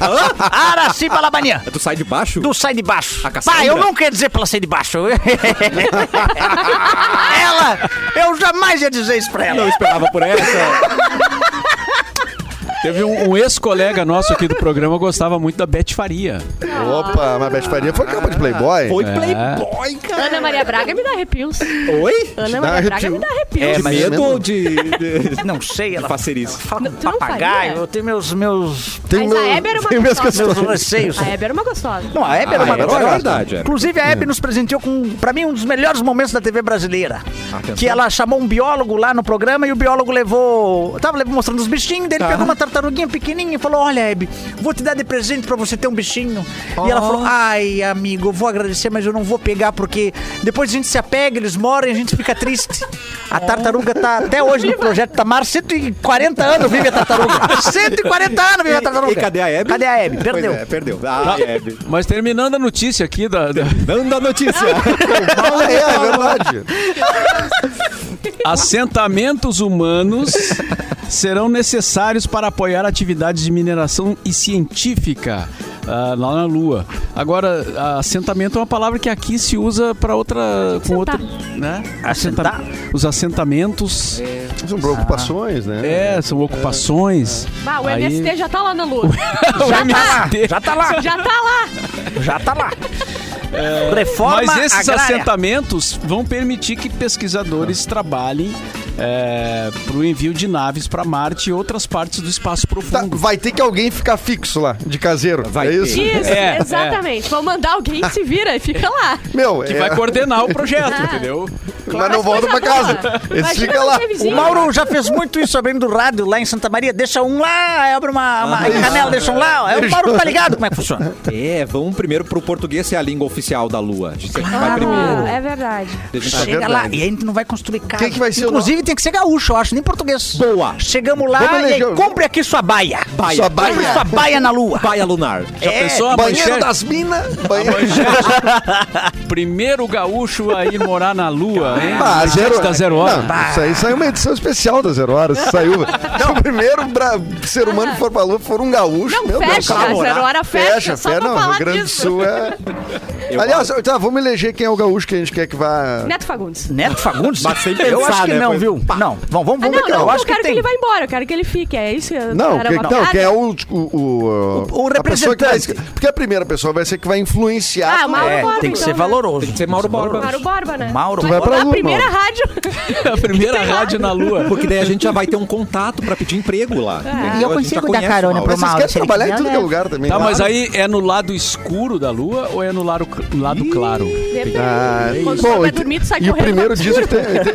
Hã? Araci Balabania.
Tu sai de baixo?
Do Sai de Baixo.
A Cassandra?
Pá, eu não quero dizer pela Sai de Baixo. (laughs) ela, eu jamais ia dizer isso pra
Não
ela.
esperava por essa.
Teve um, um ex-colega nosso aqui do programa gostava muito da Beth Faria.
Opa, mas Beth Faria foi capa de Playboy?
Ah, Foi
É.
Playboy, cara.
Ana Maria Braga me dá arrepios.
Oi?
dá
Ana Maria Braga
arrepio.
me dá arrepios.
É, de
mas-
medo ou de... de-
Não sei, ela,
Faceirice.
ela fala com
tu não
papagaio.
faria?
Eu tenho meus, meus,
Tem um
Mas a Hebe era uma
tem minhas
gostosa.
meus
questões.
receios.
A Hebe era é uma gostosa.
Não, a Hebe era
Ah,
uma
Hebe era
gostosa.
verdade, Hum. Hebe.
Inclusive, a Hebe nos presenteou com, pra mim, um dos melhores momentos da TV brasileira.
Atenção.
Que ela chamou um biólogo lá no programa e o biólogo levou. Tava le- mostrando os bichinhos,
Tá.
dele pegou uma tartaruguinha pequenininha e falou: Olha, Hebe, vou te dar de presente pra você ter um bichinho. E ela falou: Ai, amigo, eu vou agradecer, mas eu não vou pegar porque depois a gente se apega, eles morrem, a gente fica triste. A tartaruga tá até hoje no projeto tá Tamar, 140 anos vive
(laughs)
a tartaruga. 140 anos vive a tartaruga.
E cadê a Hebe?
Cadê a Hebe?
Pois
Perdeu.
é, perdeu. Ah, Hebe.
Mas terminando a notícia aqui da, da-
Dando a notícia.
Ah, é, é verdade.
assentamentos humanos serão necessários para apoiar atividades de mineração e científica ah, lá na Lua. Agora, ah, assentamento é uma palavra que aqui se usa para outra, com outra, né?
Assentar?
Os assentamentos,
São preocupações, né?
é, são ocupações.
Ah, o
Aí-
MST
(laughs)
já tá lá na lua.
O
Já tá lá,
MST.
já tá lá.
já tá lá.
Já tá lá. Reforma
Mas esses
agrária.
assentamentos vão permitir que pesquisadores trabalhem para o envio de naves para Marte e outras partes do espaço
Tá,
profundo.
vai ter que alguém ficar fixo lá, de caseiro.
Vai
é
ter.
isso?
Isso,
É,
exatamente. Vão mandar alguém se vira e fica lá.
Meu,
Que
é,
vai coordenar o
(laughs)
projeto,
Ah.
entendeu?
mas não volta pra casa. Esse fica lá.
O Mauro já fez muito isso abrindo o rádio lá em Santa Maria. Deixa um lá, abre uma, uma canela, deixa um lá. É o Mauro que tá ligado como é que funciona.
É, vamos primeiro pro português ser a língua oficial da Lua. A gente sempre vai
Ah,
primeiro.
é verdade.
Deixa eu
Chega
saber.
lá e a gente não vai construir casa.
Quem que vai ser o
Inclusive tem que ser gaúcho, eu acho, nem português.
Boa.
Chegamos
Vamos
lá e aí,
eleger-
compre aqui sua baia.
Baia.
Sua baia.
Compre sua baia na lua.
Baia lunar.
Já
É,
pensou a
Banheiro
manchete?
das minas. Banheiro.
Primeiro gaúcho a ir morar na Lua, hein?
Ah, zero...
da zero hora.
Não, tá. isso aí saiu uma edição especial da Zero Hora. isso Saiu. Se o primeiro bra- ser humano que for pra lua for um gaúcho,
Ah. Não,
meu Deus,
fecha,
pra morar.
Zero Hora fecha, só pra
não,
falar
Rio Grande do
disso. (laughs)
Sul é.
Eu
Aliás, tá, vamos eleger quem é o gaúcho que a gente quer que vá.
Neto Fagundes.
Neto Fagundes?
Mas sem
eu
pensar,
acho que
né,
não,
pois-
viu? Não, vamos, vamos,
Ah,
vamos
não,
ver.
não,
é eu
eu
acho
quero que,
tem.
ele vá embora, eu quero que ele fique. É isso?
Não,
era
quem,
uma
não
piada?
quem é o. O, o,
O- o
a pessoa que vai-
representante.
porque a primeira pessoa vai ser que vai influenciar.
Ah, o Mauro
É,
Borba.
tem que
então,
ser
né?
valoroso.
Tem que ser Mauro Borba.
Mauro Borba, né?
Mauro
Tu vai pra
a
Lua,
primeira
Mauro.
rádio.
(laughs) A primeira rádio na Lua.
Porque daí a gente já vai ter um contato pra pedir emprego lá. entendeu?
E eu
A gente já
consigo dar
conhece o Mauro.
carona
Mas
pro
vocês
Mauro,
querem
se ele
trabalhar em
quiser,
tudo que é
né?
lugar também.
Tá,
claro.
mas aí é no lado escuro da Lua ou é no lado, lado claro?
Depende.
Ah,
Quando
bom,
tu vai
e-
dormir, tu sai
e o
correndo.
primeiro disco tem- tem-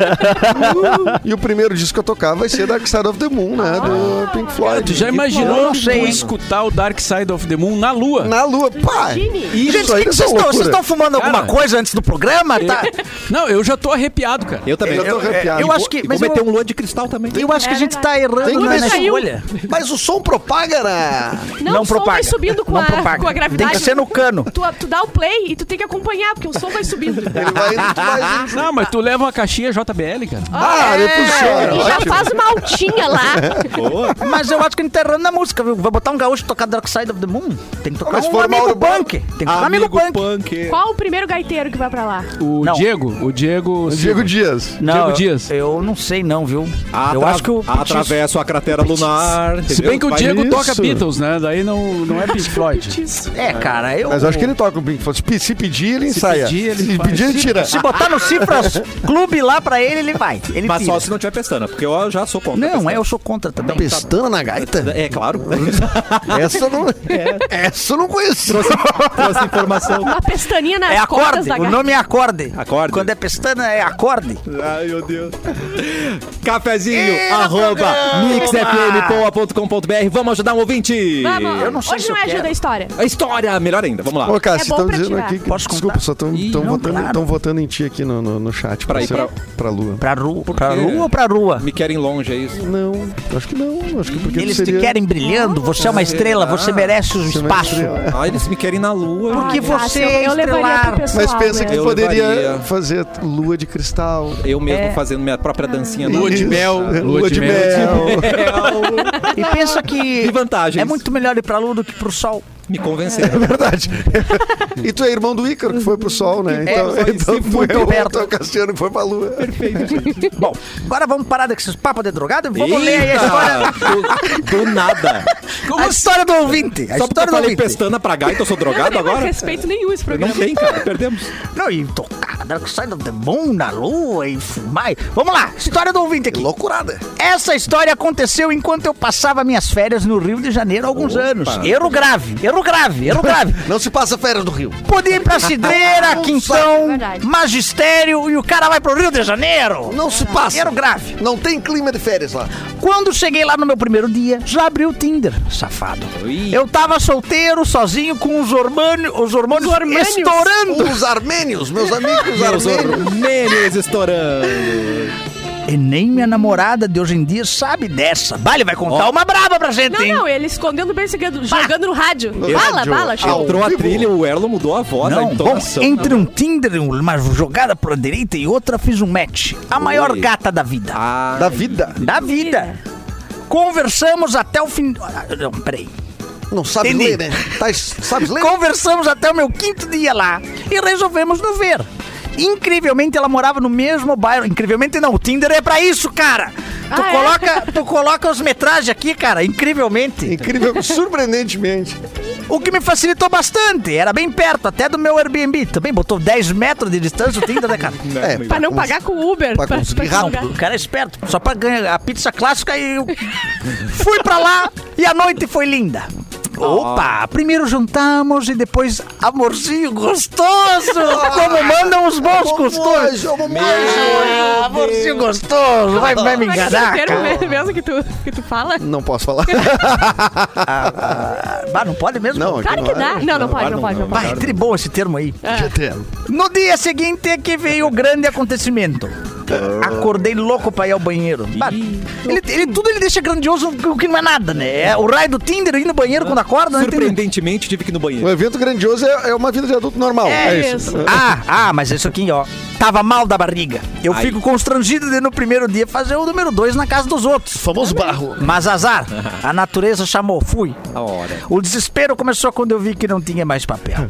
(laughs)
e o primeiro disco que eu tocar vai ser Dark Side of the Moon, né?
Ah.
Do Pink Floyd.
Tu já
Eu
imaginou
não sei,
tu
hein?
escutar o Dark Side of the Moon na Lua?
Na lua, pá!
Imagine.
Isso
Gente, o que
aí
que
que é
vocês estão? Vocês
loucura.
estão fumando alguma
Cara.
coisa antes do programa? Tá.
Não, eu já tô arrepiado, cara.
Eu também.
Eu tô arrepiado.
eu
vou-
acho é, que-
e Vou
mas
meter
eu-
um lua de cristal também.
Eu acho que a
É
gente tá
Tem
errando
que
na
ver se-
escolha.
Mas o som propaga, né?
Não, o som vai subindo com,
Não
a,
propaga.
com a gravidade.
Tem que ser no cano.
Tu, tu dá o play e tu tem que acompanhar, porque o som vai subindo.
Ele vai indo,
(laughs)
tu vai indo.
Não, mas tu leva uma caixinha JBL, cara.
Ah, ele funciona.
e É, já
ótimo.
faz uma altinha lá.
Boa.
Mas eu acho que a gente tá errando na música, viu? Vai botar um gaúcho tocar Dark Side of the Moon? Tem que tocar
Mas
um
for
amigo
Mauro Borba-
punk. Tem que tocar um amigo punk.
Qual o primeiro gaiteiro que vai pra lá?
O
Não.
Diego, o Diego.
Ah, Diego Dias.
Então,
Não,
Diego Dias.
Eu, eu não sei não, viu?
Atra-
eu acho que o Petisco-
Atravesso a cratera lunar.
Se bem que o Diego
Ah, isso.
toca Beatles, né? Daí não, não
(laughs)
é Pink Floyd.
É, cara, eu...
Mas eu acho que ele toca o Pink Floyd. Se pedir, ele ensaia.
pedir, ele
Se
faz.
pedir, ele tira.
Se botar no Cifras Clube lá pra ele, ele vai. Ele
Mas
tira.
só se não tiver pestana, porque eu já sou contra.
Não,
pestana.
é, eu sou contra também.
Pestana na gaita?
É claro.
Essa eu não, essa eu não conheço.
Trouxe informação.
Uma pestaninha nas
É
cordas
acorde,
da
o
gata.
nome é acorde.
Acorde.
Quando é pestana, é acorde.
Ai, meu Deus. Cafezinho, arroba mixfm.com.br. Vamos ajudar um ouvinte.
Vamos.
Eu não sei
Hoje
se
não
eu
é ajuda
quero.
a história.
A história, melhor ainda. Vamos lá.
Ô, Cássio,
É bom
estão
pra
dizendo
tirar.
aqui que.
Posso
desculpa,
contar?
só estão Estão
Não,
votando,
claro.
tão votando em ti aqui no, no, no chat.
Pra ir
ser-
pra-
pra lua.
Pra, ru...
Por
pra
quê?
rua ou pra rua?
Me querem longe, é isso?
Não, acho que não. Acho que porque
Eles
tu seria...
te querem brilhando, você é uma estrela,
será?
você merece o
Você
espaço.
merece-
Ah, eles me querem na lua.
Por que
Ah, Cássio,
você é
eu, eu levaria
estrelar.
pro pessoal.
Mas pensa que
né?
Eu
poderia
levaria.
fazer lua de cristal.
Eu mesmo
É.
fazendo minha própria dancinha na
Lua de
Isso.
mel.
Lua de mel.
(laughs)
(laughs) E pensa que
E vantagens.
é muito melhor ir pra lua do que pro sol.
Me convenceram.
É Verdade. e tu é irmão do Ícaro, que foi pro sol, né?
É,
Então,
só isso,
então tu
muito
é o
perto.
tu é o Cassiano que foi pra lua.
Bom, agora vamos parar desses papos de drogado e vamos ler aí a história,
Eita! Do, do nada.
a história do ouvinte.
Só
A
porque eu
história do
falei
ouvinte.
pestana pra gaita, eu sou
Não
drogado
tem mais
agora?
respeito nenhum esse
Não
programa.
tem, cara. Perdemos.
Não, e tocar, né, que sai do demônio na lua e fumar. Vamos lá, história do ouvinte aqui.
Loucurada.
Essa história aconteceu enquanto eu passava minhas férias no Rio de Janeiro há alguns anos. Erro grave, erro grave, erro grave.
Não se passa férias do Rio.
Podia ir pra Cidreira, Quintão,
Verdade.
Magistério e o cara vai pro Rio de Janeiro.
Não se passa.
Erro grave.
Não tem clima de férias lá.
Quando cheguei lá no meu primeiro dia, já abri o Tinder, safado.
Ui.
Eu tava solteiro, sozinho, com os hormônios, os hormônios, estourando.
Os armênios, meus amigos
Meus hormônios estourando.
E nem minha namorada de hoje em dia sabe dessa. Vale, vai contar uma braba pra gente,
Não,
hein?
não, ele escondendo bem o segredo, jogando no rádio.
Eu-
Bala,
Rádio.
bala,
Ao
chega.
Entrou a
vivo.
trilha, o Erlon mudou a voz, a
Não, bom,
tá entonação.
entre um Tinder, e uma jogada pra direita e outra, fiz um match. A maior gata da vida.
Ah,
Da vida.
Da vida. Conversamos até o fim. Ah, Não, peraí.
Não sabe
Entendi.
ler, né? Tá, sabes ler?
Conversamos até o meu quinto dia lá e resolvemos nos ver. Incrivelmente, ela morava no mesmo bairro. Incrivelmente não, o Tinder é pra isso, cara. Tu,
Ah, é?
coloca, tu coloca os metragens aqui, cara, incrivelmente.
Incrível, surpreendentemente.
O que me facilitou bastante. Era bem perto, até do meu Airbnb. Também botou 10 metros de distância o Tinder, né,
(laughs)
cara?
não,
É,
meu-
Pra não pagar com o Uber.
Pra conseguir
esse lugar.
O cara é esperto. Só pra ganhar a pizza clássica e eu fui pra lá e a noite foi linda.
Ah.
Opa! Primeiro jantamos e depois amorzinho
(laughs)
gostoso! Como mandam os bons
é,
costumes!
Vamos
Ah, amorzinho gostoso! Vai, vai me
Como é que
enganar,
é o
cara.
termo mesmo que tu, que tu fala?
Não
(laughs)
posso falar.
Ah, não pode mesmo?
Não,
Claro que dá. Não, não pode, não pode, não Ah,
Vai,
pode.
tribou esse termo aí.
Até.
No dia seguinte que veio o grande acontecimento. Acordei louco pra ir ao banheiro. Bah, Ele, ele- tudo ele deixa grandioso o que não é nada, né? É o raio do Tinder ir no banheiro quando acorda, não entendo.
Surpreendentemente, tive que ir no
Um
banheiro.
evento grandioso é, é uma vida de adulto normal.
É
É,
isso.
isso.
Ah, ah, mas isso aqui, ó. Tava mal da barriga. Eu
Ai.
fico constrangido de no primeiro dia fazer o número dois na casa dos outros. Famoso barro. Mas azar, a natureza chamou, fui.
A hora.
O desespero começou quando eu vi que não tinha mais papel.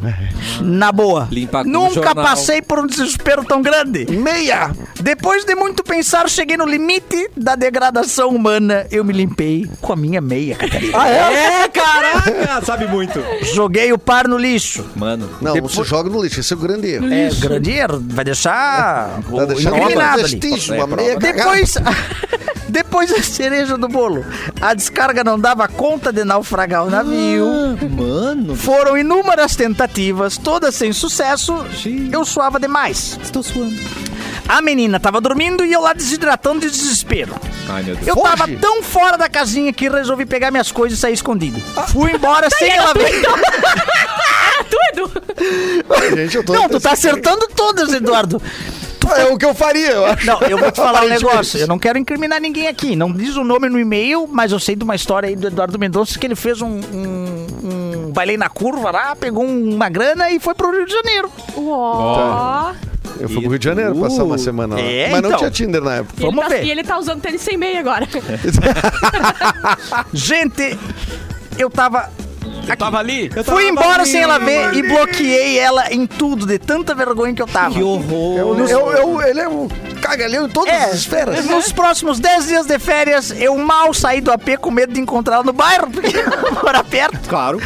Na boa.
Limpa com
Nunca
jornal.
passei por um desespero tão grande. Meia! Depois de muito pensar, cheguei no limite da degradação humana. Eu me limpei com a minha meia, Catarina.
É, caraca! Sabe muito.
Joguei o par no lixo.
Mano,
Não, não se joga no lixo. Esse é o grande erro.
É, grande erro. Vai deixar.
Tá deixando
incriminado
um
ali.
vestígio, uma
É,
meia cagada.
Depois. (laughs) Depois a cereja do bolo. A descarga não dava conta de naufragar o navio.
mano.
Foram inúmeras tentativas, todas sem sucesso.
Xiii.
Eu suava demais.
Estou suando.
A menina tava dormindo e eu lá desidratando de desespero.
Ai, meu Deus.
Eu
Foge.
tava tão fora da casinha que resolvi pegar minhas coisas e sair escondido. Fui embora sem ela ver.
Tudo!
(laughs) Gente, eu tô
Não, tu tá acertando todas, Eduardo.
É o que eu faria, eu acho.
Não, eu vou te falar um
Aparentemente.
negócio. Eu não quero incriminar ninguém aqui. Não diz o nome no e-mail, mas eu sei de uma história aí do Eduardo Mendonça que ele fez um, um, um bailei na curva lá, pegou uma grana e foi pro Rio de Janeiro.
Tá.
Uó.
Eu fui pro Rio de Janeiro
Uh.
passar uma semana lá.
É,
Mas não
então.
tinha Tinder na época.
E
Então,
ele
Vamos
tá-
ver.
E ele tá usando tênis sem meia agora.
É.
Gente, eu tava.
Eu tava ali.
Fui embora sem ela ver e bloqueei ela em tudo, de tanta vergonha que eu tava.
Que horror.
Eu- eu- eu- ele é um cagalhão em todas as esferas.
É, Nos próximos 10 dias de férias, eu mal saí do AP com medo de encontrá-la no bairro, porque (laughs) mora perto.
Claro.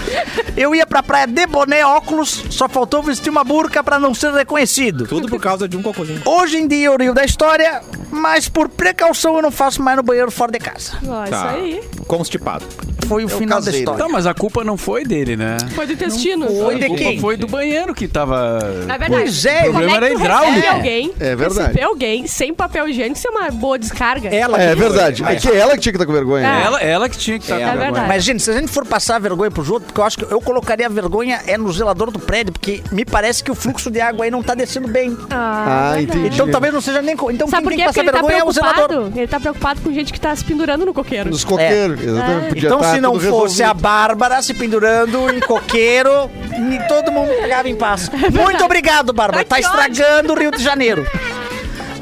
Eu ia pra praia de boné, óculos, só faltou vestir uma burca pra não ser reconhecido.
Tudo por causa de um cocôzinho.
É
Hoje em dia eu rio da história, mas por precaução eu não faço mais no banheiro fora de casa.
Tá.
Ó, Isso aí.
Constipado.
foi o
Eu
final da
casei, né?
história.
Tá, mas a culpa não foi dele, né?
Foi do intestino.
foi de
a culpa
quem?
foi do banheiro que tava.
Na verdade,
É Pois é,
como
o
problema
é que
era
tu
hidráulico.
recebe
É.
alguém,
É verdade.
receber alguém sem papel higiênico, isso é uma boa descarga.
Ela
É
que-
verdade. É que ela que tinha que estar com vergonha. né?
Ela, ela que tinha que tá estar
É verdade.
Mas, gente, se a gente for passar a vergonha pro outros, porque eu acho que eu colocaria a vergonha é no zelador do prédio, porque me parece que o fluxo de água aí não tá descendo bem.
Ah,
verdade.
entendi.
Então talvez não seja nem. co- Então
Sabe por
quem
quê?
tem que
Porque
passar
ele tá
vergonha é o zelador.
preocupado. Ele tá preocupado com gente que tá se pendurando no coqueiro.
Nos coqueiros. Exatamente. Podia
Então,
tá
se não
tudo
fosse
resolvido.
a Bárbara se pendurando em coqueiro, ni- todo mundo cagava em paz. Muito obrigado, Bárbara.
Ai,
Tá
que ódio.
estragando o Rio de Janeiro.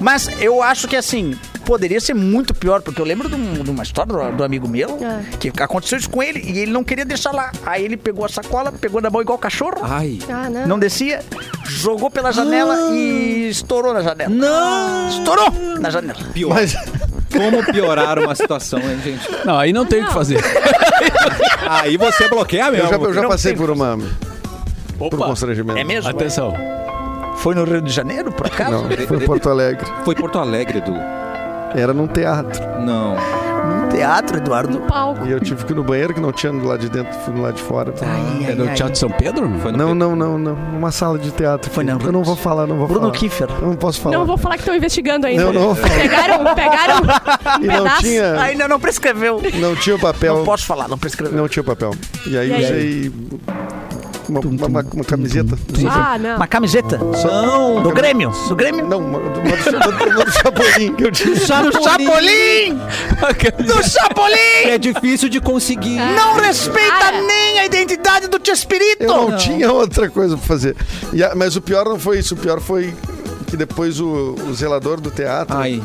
Mas eu acho que assim. Poderia ser muito pior, porque eu lembro de, um- de uma história do, do amigo meu
É.
que aconteceu isso com ele e ele não queria deixar lá. Aí ele pegou a sacola, pegou na mão igual cachorro,
Ai.
Ah, não.
não descia, jogou pela janela e estourou na janela. Não! Estourou na janela.
Pior. Como piorar uma situação, hein, gente?
Não, aí não tem o que fazer.
Aí você bloqueia mesmo.
Eu já, eu já
Não
passei
tem-
por uma. Por um
Opa.
constrangimento.
É mesmo?
Atenção.
Foi no Rio de Janeiro, por acaso?
Não, foi em Porto Alegre.
Foi Porto Alegre, Edu.
Era num teatro.
Não.
Num teatro, Eduardo.
palco.
E eu tive que ir no banheiro que não tinha do lado de dentro, fui do lado de fora.
Tá
É no Teatro de São Pedro?
(laughs) Foi no
Não, não, não, não. Uma sala de teatro.
Foi não,
Eu não vou falar, não vou
Bruno
falar.
Kiefer.
Eu não posso falar.
Não vou falar que estão investigando ainda.
Não, não vou falar.
Pegaram, pegaram um
(laughs) E não
pedaço.
tinha,
Ainda não prescreveu.
É. não tinha o papel.
Não posso falar, não prescreveu.
Não tinha o papel. E aí
E aí?
usei uma, uma- uma- uma camiseta.
Ah, não.
Uma camiseta.
Não.
Do Grêmio. Do Grêmio.
Não, uma, uma, do- uma do Chapolin que eu tinha.
Do Chapolin! Do
(laughs)
Chapolin!
É difícil de conseguir.
Ah.
Não respeita
Cara.
nem a identidade do Tia Espírito!
Eu não, tinha outra coisa pra fazer. E a- mas o pior não foi isso. O pior foi que depois o, o zelador do teatro,
Ai,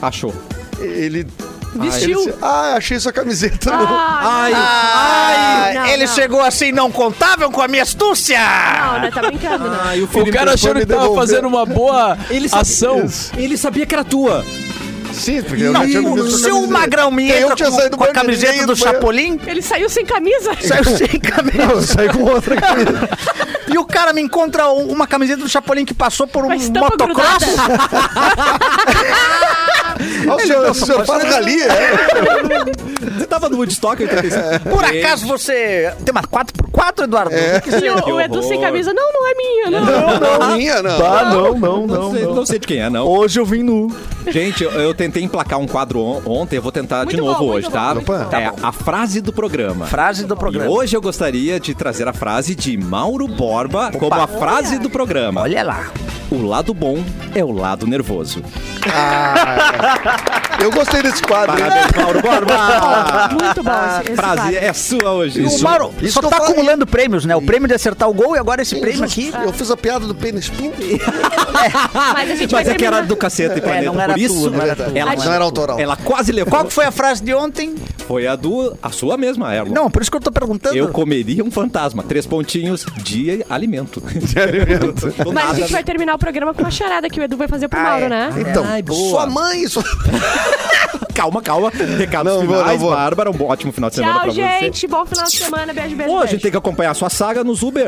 achou.
Ah.
ele...
Vestiu.
ele disse, ah, achei sua camiseta. no-"
Ah,
Ai,
Ah,
Não,
ele
não.
chegou assim, não contável com a minha astúcia!
não, não, tá brincando, não.
ai, o
O
Felipe
cara
foi
achando
me
que tava
devolver.
fazendo uma boa
Ele sabia-
ação.
devolver. Ele sabia que era tua.
Sim, porque eu
Não,
já tinha comido sua
se o
camiseta.
Magrão me
Eu
entra
tinha
com,
saído do
com a
banheiro, ele
camiseta
veio
do
do banheiro.
Chapolin,
Ele saiu sem camisa.
saiu sem camisa.
(laughs) Não, eu saí com outra camisa.
E o cara me encontra um- uma camiseta do Chapolin que passou por um
Com a estampa
motocross.
grudada.
Ah, o senhor, o senhor fala dali, é?
Você tava no Woodstock em 85.
Por acaso você tem uma 4x4, Eduardo?
É.
E o, o Edu sem camisa. Não, não é minha, não.
Não, não, minha, não.
Tá,
Ah, não,
Não
não, não.
sei, não sei de quem é, não.
Hoje eu vim nu.
Gente, eu, eu tentei emplacar um quadro on- ontem, eu vou tentar de
Muito
novo
bom, muito
hoje,
bom,
tá?
muito
bom. Opa.
É a frase do programa.
Frase do
E
programa.
hoje eu gostaria de trazer a frase de Mauro Borba como a frase do programa.
Olha lá.
O lado bom é o lado nervoso.
Eu gostei desse quadro. hein?
Parabéns, Mauro Borba!
Muito bom esse, esse
frase
quadro.
é sua hoje.
o Mauro
isso
só
que eu
tá
falei.
acumulando prêmios, né? O prêmio de acertar o gol e agora esse prêmio
Jesus,
aqui.
Eu fiz a piada do pênis pinto.
Mas a gente vai
Mas é que era
terminar.
do cacete e
É,
planeta.
não era
Por isso,
tudo, não era
tudo.
ela,
Não era autoral.
Ela quase levou.
Qual que foi a frase de ontem?
Foi a do. A sua mesma, Erlon.
Não, por isso que eu tô perguntando.
Eu comeria um fantasma. Três pontinhos de alimento. (laughs) Do
Mas a
nada.
gente vai terminar o programa com uma charada que o Edu vai fazer pro
Ah,
Mauro,
é.
né?
Então,
Ai, boa.
sua mãe, sua...
(laughs) Calma, calma. Recados
Não vou,
finais,
não vou.
Bárbara. Um bom- ótimo final de semana
Tchau,
pra você.
gente. Bom final de semana. Beijo, beijo,
Pô, a
beijo.
gente tem que acompanhar a sua saga nos Uber.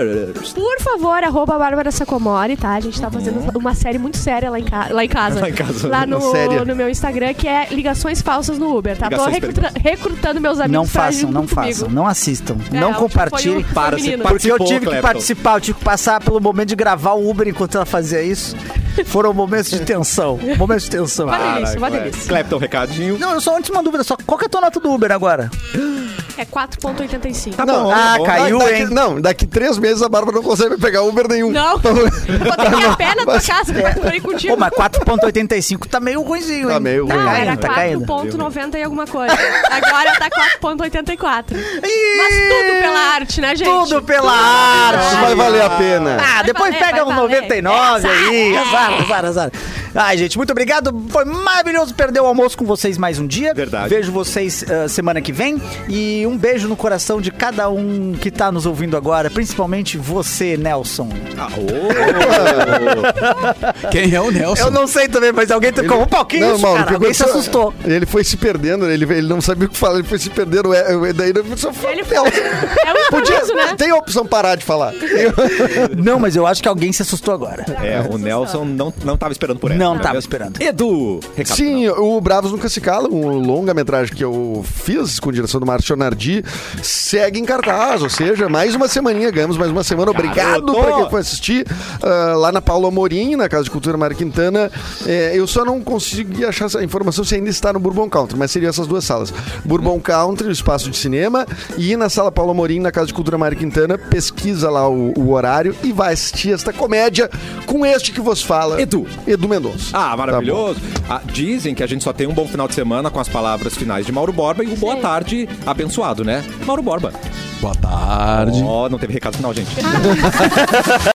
Por favor, arroba a Bárbara Sacomori, tá? A gente tá fazendo uma série muito séria lá em, ca- lá em casa.
Lá em casa.
Lá no,
Uma série.
no meu Instagram, que é Ligações Falsas no Uber, tá? Tô
Ligações
recrutra- recrutando meus amigos
Não
pra
façam,
junto
não
comigo.
façam. Não assistam.
É,
não
o-
compartilhem.
foi o-
Para,
foi o menino.
separa-
Porque eu
Participou,
tive que
Clapton.
participar, eu tive que passar pelo momento de gravar o Uber enquanto ela fazia isso. Foram momentos de tensão. Momentos de tensão. Ah.
Uma delícia, é uma
Clep-
delícia.
Clepton, recadinho.
Não, eu só antes uma dúvida só. Qual que é a tua nota do Uber agora?
É 4.85.
Não,
ah, caiu,
daqui,
hein?
Não, daqui três meses a Bárbara não consegue pegar Uber nenhum. Então,
Não. Vou ter que ir a pé na tua casa pra pra ir contigo.
Pô, mas 4.85 tá meio ruimzinho, hein?
Tá meio
Não,
ruim.
era
caindo, tá caindo.
4.90 e alguma coisa. Agora tá 4.84. Mas tudo pela arte, né, gente?
Tudo pela arte.
(laughs) Isso vai valer a pena.
Ah, depois
valer,
pega
vai
um
valer.
99 aí.
É,
Azar, azar, azar. Ai, gente, muito obrigado. Foi maravilhoso perder o almoço com vocês mais um dia.
Verdade.
Vejo vocês ah, semana que vem. E um beijo no coração de cada um que tá nos ouvindo agora, principalmente você, Nelson.
Ah,
(laughs)
ô.
Quem é o Nelson?
Eu não sei também, mas alguém tocou um pouquinho isso,
Mauro,
cara.
porque
Alguém se
aconteceu-
assustou.
Ele foi se perdendo, ele, ele não sabia o que falar, ele foi se perdendo. é, é, Daí ele só foi.
Ele foi- É um improviso, né?
Tem a opção
(laughs)
parar de falar.
Não, mas eu acho que alguém se assustou agora.
É, o Nelson não, não tava esperando por essa.
Não, não tava esperando.
Edu, recapitulando.
tá. Sim, o Bravos Nunca Se Cala, um longa-metragem que eu fiz com direção do Márcio Nardi, segue em cartaz, ou seja, mais uma semaninha ganhamos, mais uma semana. Obrigado
Garoto!
para quem foi assistir ah, lá na Paula Amorim, na Casa de Cultura Mário Quintana. É, eu só não consegui achar essa informação se ainda está no Bourbon Country, mas seriam essas duas salas. Bourbon Country, o espaço de cinema, e na Sala Paula Amorim, na Casa de Cultura Mário Quintana, pesquisa lá o, o horário e vai assistir esta comédia com este que vos fala,
Edu.
Edu Mendonça.
Ah,
Tá bom.
maravilhoso. Ah, dizem que a gente só tem um bom final de semana com as palavras finais de Mauro Borba e um boa tarde abençoado, né? Mauro Borba.
Boa tarde.
Ó, não teve recado final, gente.